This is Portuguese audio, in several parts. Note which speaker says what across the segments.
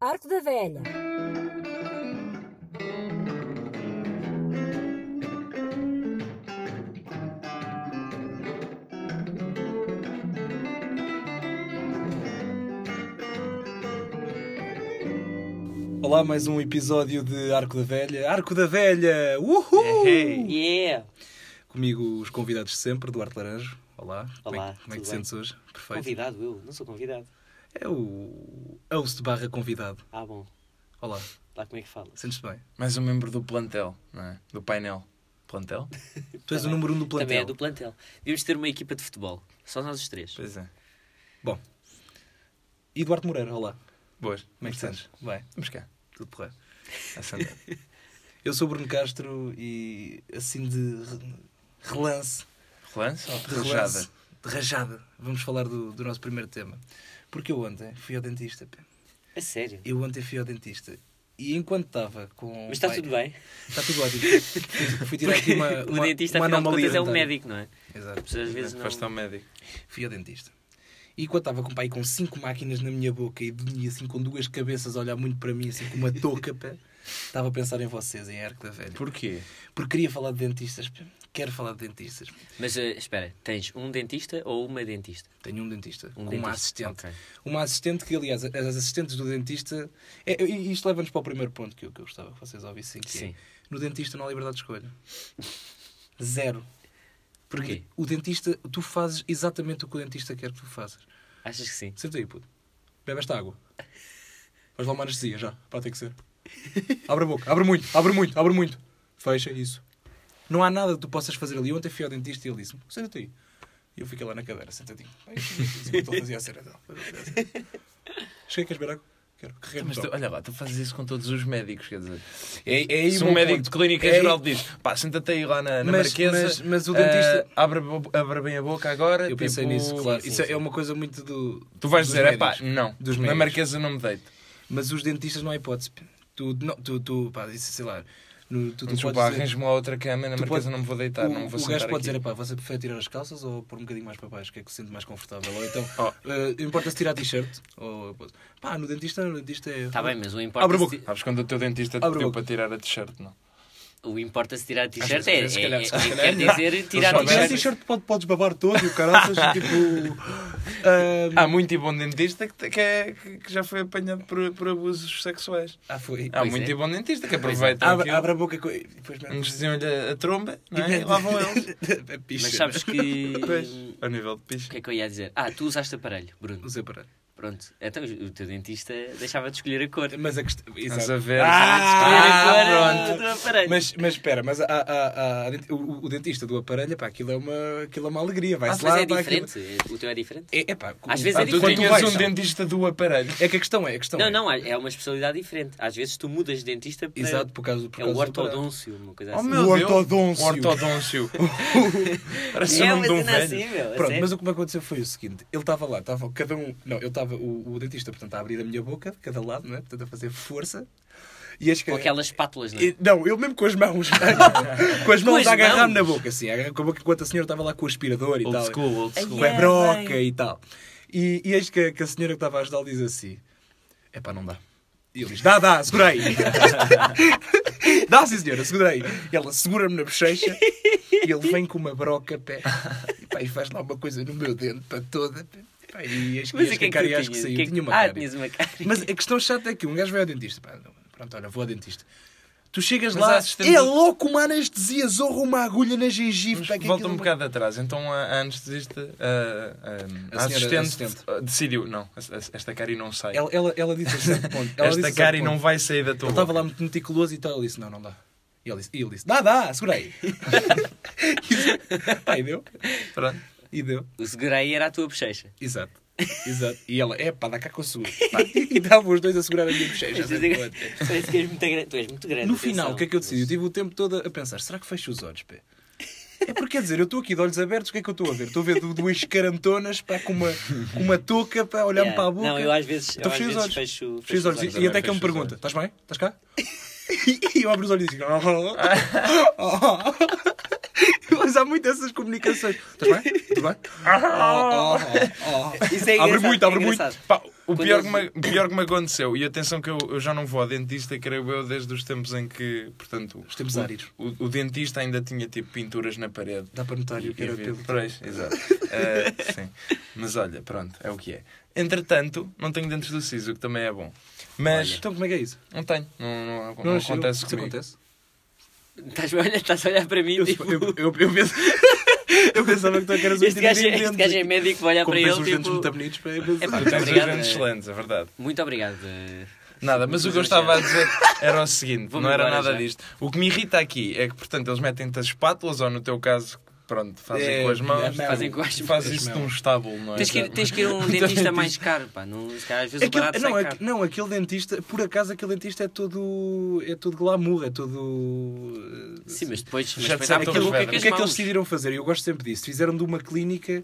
Speaker 1: Arco da Velha.
Speaker 2: Olá, mais um episódio de Arco da Velha. Arco da Velha! Uhul!
Speaker 3: É,
Speaker 4: Hey,
Speaker 3: Yeah!
Speaker 2: Comigo os convidados de sempre, Duarte Laranjo. Olá. como é,
Speaker 3: Olá,
Speaker 2: que- como é que te
Speaker 3: tudo bem?
Speaker 2: sentes hoje? Perfeito.
Speaker 3: Convidado eu, não sou convidado.
Speaker 2: É o host barra convidado.
Speaker 3: Ah, bom,
Speaker 2: Olá,
Speaker 3: lá como é que falas?
Speaker 2: sentes-te bem?
Speaker 4: Mais um membro do plantel, não é? Do painel. Plantel?
Speaker 2: Tu és o número um do plantel.
Speaker 3: Também é do plantel. Devíamos ter uma equipa de futebol, só nós os três.
Speaker 4: Pois é.
Speaker 2: Bom. E Duarte Moreira, olá.
Speaker 4: Boas.
Speaker 2: Como é que te sentes? Bem,
Speaker 4: Vamos cá.
Speaker 2: tudo porra.
Speaker 4: A Sandra.
Speaker 2: Eu sou o Bruno Castro e assim de re- relance,
Speaker 4: Relance ou
Speaker 2: de
Speaker 4: rajada?
Speaker 2: relance, de rajada, vamos falar do, do nosso primeiro tema. Porque eu ontem fui ao dentista, pá.
Speaker 3: A sério.
Speaker 2: Eu ontem fui ao dentista e enquanto estava com.
Speaker 3: Mas está tudo bem.
Speaker 2: Está tudo ótimo. Fui- Fui tirar aqui um
Speaker 3: Porque
Speaker 2: uma, uma,
Speaker 3: o dentista,
Speaker 2: uma
Speaker 3: afinal de
Speaker 2: anomalia
Speaker 3: contas, é um
Speaker 2: dentária.
Speaker 3: médico, não é?
Speaker 2: Exato.
Speaker 3: As pessoas às vezes não.
Speaker 4: Foste ao médico.
Speaker 2: Fui ao dentista. E quando estava com pai com cinco máquinas na minha boca e dormia assim com duas cabeças a olhar muito para mim, assim com uma touca, pá, estava a pensar em vocês, em Arco da Velha.
Speaker 4: Porquê?
Speaker 2: Porque queria falar de dentistas, pá. quero falar de dentistas.
Speaker 3: Mas eh, espera, tens um dentista ou uma dentista?
Speaker 2: Tenho um dentista, com
Speaker 3: Um
Speaker 2: uma
Speaker 3: dentista,
Speaker 2: assistente.
Speaker 3: ok.
Speaker 2: Uma assistente que, aliás, as assistentes do dentista. É, e isto leva-nos para o primeiro ponto que eu, que eu gostava que vocês ouvissem: que é,
Speaker 3: Sim.
Speaker 2: no dentista não há liberdade de escolha. Zero.
Speaker 3: Porquê?
Speaker 2: O dentista, tu fazes exatamente o que o dentista quer que tu faças.
Speaker 3: Achas que sim?
Speaker 2: Senta aí, puto. Bebe esta água. Vais lá uma anestesia já. Pá, tem que ser. Abre a boca. Abre muito. Abre muito. Abre muito. Fecha isso. Não há nada que tu possas fazer ali. Ontem fui ao dentista e ele disse-me, senta-te aí. E eu fiquei lá na cadeira, sentadinho. Ai, isso que eu estou a fazer a cena dela. Cheguei, queres beber água? Quero. Carrega-me
Speaker 4: Então, Mas tu- olha lá, tu fazes isso com todos os médicos, quer dizer.
Speaker 2: É, é aí
Speaker 4: Se
Speaker 2: o
Speaker 4: um
Speaker 2: meu
Speaker 4: médico
Speaker 2: ponto.
Speaker 4: de clínica
Speaker 2: É-
Speaker 4: geral te diz, pá, senta-te aí lá na, na
Speaker 2: Mas-
Speaker 4: Marquesa,
Speaker 2: mas- mas o
Speaker 4: ah,
Speaker 2: dentista-
Speaker 4: abre, a bo- abre bem a boca agora.
Speaker 2: Ah, Eu pensei
Speaker 4: tipo,
Speaker 2: nisso, claro.
Speaker 3: sim,
Speaker 2: Isso
Speaker 3: sim.
Speaker 2: é uma coisa muito do...
Speaker 4: Tu vais
Speaker 2: dos
Speaker 4: dizer, é pá,
Speaker 2: médicos.
Speaker 4: não,
Speaker 2: Dos
Speaker 4: na
Speaker 2: médicos.
Speaker 4: Marquesa não me deito.
Speaker 2: Mas os dentistas não há hipótese. Tu, não, tu, tu pá, isso, sei lá... No, tu, tu
Speaker 4: Mas,
Speaker 2: podes
Speaker 4: pá,
Speaker 2: dizer-
Speaker 4: arranjo-me lá outra cama, na
Speaker 2: Tu
Speaker 4: Marquesa
Speaker 2: podes-
Speaker 4: não me vou deitar,
Speaker 2: o,
Speaker 4: Tá, não me vou
Speaker 2: o
Speaker 4: sentar
Speaker 2: gajo pode
Speaker 4: aqui.
Speaker 2: dizer, pá, você prefere tirar as calças ou pôr um bocadinho mais para baixo, que é que se sente mais confortável? Ou então,
Speaker 4: Oh.
Speaker 2: eh, importa-se tirar a t-shirt? Ou, pá, no dentista, no dentista é...
Speaker 3: Está Tá bem, mas o
Speaker 2: Abre a
Speaker 3: importa-se
Speaker 2: boca.
Speaker 3: ti-
Speaker 4: Sabes quando o teu dentista te
Speaker 2: Abre a
Speaker 4: pediu
Speaker 2: boca.
Speaker 4: para tirar a t-shirt, não?
Speaker 3: o importa tirar a t-shirt
Speaker 4: vezes,
Speaker 3: é,
Speaker 4: às vezes, se
Speaker 3: é-
Speaker 4: calhar-
Speaker 3: é-
Speaker 4: se calhar
Speaker 3: quer
Speaker 4: não.
Speaker 3: dizer
Speaker 4: Não,
Speaker 3: tirar
Speaker 2: Tirar
Speaker 3: a
Speaker 4: mas
Speaker 2: a
Speaker 3: t-shirt.
Speaker 2: t-shirt pode, podes babar todo e o caraças, tipo... ah,
Speaker 4: Há muito e bom dentista que, te- que, é- que já foi apanhado por, por abusos sexuais.
Speaker 2: ah, foi.
Speaker 4: Há
Speaker 3: Pois
Speaker 4: muito
Speaker 3: é.
Speaker 4: e bom dentista que
Speaker 3: Pois é.
Speaker 4: aproveita
Speaker 2: abre,
Speaker 4: aquilo.
Speaker 2: abre a boca... co- e Depois,
Speaker 4: Uns diziam-lhe a- a tromba, não é? E lá vão eles.
Speaker 2: a É picha.
Speaker 3: Mas sabes que.
Speaker 4: Pois,
Speaker 3: O
Speaker 4: ao nível de
Speaker 3: que
Speaker 4: picha.
Speaker 3: é que eu ia dizer? Ah, tu usaste aparelho, Bruno.
Speaker 2: Não sei parar.
Speaker 3: Pronto. Então o teu dentista deixava-te escolher a cor.
Speaker 2: Mas a questão...
Speaker 4: Estás
Speaker 2: exato.
Speaker 4: a ver?
Speaker 3: Ah,
Speaker 4: pronto.
Speaker 3: pronto. do aparelho.
Speaker 2: Mas, mas espera, mas há- há- há- o, o dentista do aparelho, pá, aquilo é uma, aquilo é uma alegria.
Speaker 3: Ah,
Speaker 2: Vai-se lá,
Speaker 3: mas é
Speaker 2: pá, aquilo-
Speaker 3: diferente. O teu é diferente?
Speaker 2: É, é pá,
Speaker 3: Às vezes
Speaker 4: Ah,
Speaker 3: é
Speaker 4: tu
Speaker 3: diferente.
Speaker 2: quando
Speaker 4: tinhas
Speaker 2: vais,
Speaker 4: um
Speaker 2: não.
Speaker 4: dentista do aparelho.
Speaker 2: É que a questão é, a questão
Speaker 3: Não,
Speaker 2: é.
Speaker 3: não, é uma especialidade diferente. Às vezes tu mudas de dentista para...
Speaker 2: Exato, por causa por
Speaker 3: É
Speaker 2: causa
Speaker 3: o
Speaker 2: do parado.
Speaker 3: ortodôncio, uma coisa
Speaker 4: Oh,
Speaker 3: assim.
Speaker 4: meu
Speaker 2: O
Speaker 4: Deus.
Speaker 2: ortodôncio.
Speaker 4: O ortodôncio. Parece o
Speaker 3: É
Speaker 4: nome
Speaker 3: uma
Speaker 4: de um
Speaker 3: cena
Speaker 4: velho.
Speaker 3: assim, meu. a
Speaker 2: Pronto,
Speaker 3: sério.
Speaker 2: mas o que me aconteceu foi o seguinte: ele estava lá, estava cada um. Não, ele estava o, o dentista, portanto, a abrir a minha boca, de cada lado, não é? Portanto, a fazer força. E as
Speaker 3: Com aquelas espátulas, não é?
Speaker 2: E- Não, eu mesmo com as mãos. com as mãos
Speaker 3: as
Speaker 2: a agarrar-me na
Speaker 3: mãos?
Speaker 2: boca, assim. a agarrar- Com a boca enquanto a senhora estava lá com o aspirador e
Speaker 4: Old
Speaker 2: tal.
Speaker 4: school, old
Speaker 3: Ai,
Speaker 4: school.
Speaker 2: com a
Speaker 3: Yeah,
Speaker 2: broca
Speaker 3: bem.
Speaker 2: e tal. E, e eis que, a- que a senhora que estava a ajudar lhe diz assim: é pá, não dá. E ele diz: dá, dá, segura aí. dá, sim, senhora, segura aí. E ela segura-me na bochecha e ele vem com uma broca, pé. E, pá, e faz lá uma coisa no meu dente, para toda. pé. E, pá, e acho que,
Speaker 3: Mas
Speaker 2: acho
Speaker 3: o
Speaker 2: que
Speaker 3: que
Speaker 2: a
Speaker 3: é
Speaker 2: cara
Speaker 3: que tu
Speaker 2: acho que
Speaker 3: tinhas?
Speaker 2: saiu.
Speaker 3: Que é que-
Speaker 2: Tinha uma
Speaker 3: Ah,
Speaker 2: cara.
Speaker 3: tinhas uma cara.
Speaker 2: Mas a questão chata é que um gajo vai ao dentista. Pá, não, pronto, olha, vou ao dentista. Tu chegas
Speaker 4: Mas há
Speaker 2: lá,
Speaker 4: assistente-
Speaker 2: é louco uma anestesia, zorra uma agulha na gengiva.
Speaker 4: Mas
Speaker 2: pá, que é
Speaker 4: volta
Speaker 2: aquilo
Speaker 4: um
Speaker 2: não-
Speaker 4: bocado atrás. Então a, a anestesista, a, a- a
Speaker 2: A senhora
Speaker 4: assistente,
Speaker 2: assistente.
Speaker 4: eh, decidiu: não, es- esta Cari não sai.
Speaker 2: Ela, ela, ela disse a certo ponto. Ela disse a
Speaker 4: esta
Speaker 2: certo
Speaker 4: Cari
Speaker 2: ponto.
Speaker 4: não vai sair da
Speaker 2: Ele
Speaker 4: tua
Speaker 2: estava lá
Speaker 4: boca.
Speaker 2: muito meticuloso e tal. Ele disse: Não, não dá. E ele disse: e ele disse Dá, dá, segura aí. Pá, e deu.
Speaker 4: Pronto.
Speaker 2: E deu.
Speaker 3: O segura aí era a tua bochecha.
Speaker 2: Exato. Exato. E ela: É pá, dá cá com o seguro. Pá, E estavam os dois a segurar a minha bochecha.
Speaker 3: Parece que és muito grande. Tu és muito grande.
Speaker 2: No final, o que é que eu decidi? Eu
Speaker 3: decido?
Speaker 2: tive o tempo todo a pensar: Será que fecho os olhos, pé? É porque, quer dizer, eu estou aqui de olhos abertos, o que é que eu estou a ver? Estou a ver duas carantonas, pá, com uma, com uma touca, pá, olhar-me para a boca.
Speaker 3: Não, eu às vezes, eu
Speaker 2: Então
Speaker 3: às
Speaker 2: fecha os
Speaker 3: vezes
Speaker 2: olhos.
Speaker 3: fecho,
Speaker 2: Fecha os olhos. E, e até que ele me
Speaker 4: Fecha os é.
Speaker 2: pergunta: estás bem? Estás cá? e eu abro os olhos e digo: "Não, não, não." Mas há muito essas comunicações. Estás bem? Tudo bem? Oh, oh, oh, oh.
Speaker 3: Isso é
Speaker 2: abre
Speaker 3: engraçado,
Speaker 2: muito, abre
Speaker 3: é
Speaker 2: muito.
Speaker 3: engraçado.
Speaker 4: Pá, o
Speaker 3: Quando
Speaker 4: pior,
Speaker 3: eles-
Speaker 4: que me, o pior que me aconteceu, e atenção que eu, eu já não vou ao dentista, creio eu, desde os tempos em que, portanto,
Speaker 2: Os tempos
Speaker 4: o,
Speaker 2: áridos.
Speaker 4: o, o dentista ainda tinha tipo pinturas na parede.
Speaker 2: Dá para notar o que era
Speaker 4: havia-
Speaker 2: pelo.
Speaker 4: Pois, exato. Ah, sim. Mas olha, pronto, é o que é. Entretanto, não tenho dentes do siso, o que também é bom. Mas
Speaker 2: Então como é que é isso?
Speaker 4: não tenho, não, não- não acontece
Speaker 2: Isso
Speaker 4: comigo.
Speaker 2: acontece?
Speaker 3: Estás a olhar- estás a olhar para mim,
Speaker 2: Eu,
Speaker 3: tipo...
Speaker 2: eu, eu, eu penso- eu pensava que tu é que eras um
Speaker 3: Este gajo, é-
Speaker 2: indivíduo dentro.
Speaker 3: este gajo é médico, vai olhar
Speaker 2: Como
Speaker 3: para
Speaker 2: tens uns
Speaker 3: ele,
Speaker 2: dentes
Speaker 3: tipo...
Speaker 2: muito bonitos, pá, eu penso-
Speaker 3: Epá,
Speaker 4: Tu tens os
Speaker 3: Obrigado,
Speaker 4: dentes
Speaker 3: é.
Speaker 4: excelentes, é verdade.
Speaker 3: Muito obrigado. eh.
Speaker 4: Nada, mas o que eu
Speaker 3: Vamos
Speaker 4: estava a
Speaker 3: já.
Speaker 4: dizer era o seguinte,
Speaker 3: Vou-me
Speaker 4: não era
Speaker 3: embora
Speaker 4: nada
Speaker 3: já.
Speaker 4: disto. O que me irrita aqui é que, portanto, eles metem-te as espátulas, ou no teu caso, pronto, fazem
Speaker 2: É,
Speaker 4: com as mãos,
Speaker 2: não.
Speaker 3: Fazem com as mãos.
Speaker 4: fazem isso de um estábulo, não é?
Speaker 3: Tens que, ir, tens que ir a um dentista mais caro, pá. Não, se calhar às vezes o barato
Speaker 2: Aquele, não,
Speaker 3: sai
Speaker 2: aque-
Speaker 3: caro.
Speaker 2: não, aquele dentista, por acaso aquele dentista é todo. é todo glamour, é todo. eh,
Speaker 3: Sim, mas depois... mas
Speaker 4: Já te
Speaker 3: depois
Speaker 4: sabe
Speaker 3: há
Speaker 4: todas
Speaker 3: aquilo
Speaker 4: as
Speaker 3: que é
Speaker 2: O
Speaker 3: que
Speaker 4: velas.
Speaker 2: que é
Speaker 3: as
Speaker 2: que eles
Speaker 3: mãos-
Speaker 2: decidiram fazer? Eu gosto sempre disso. Fizeram de uma clínica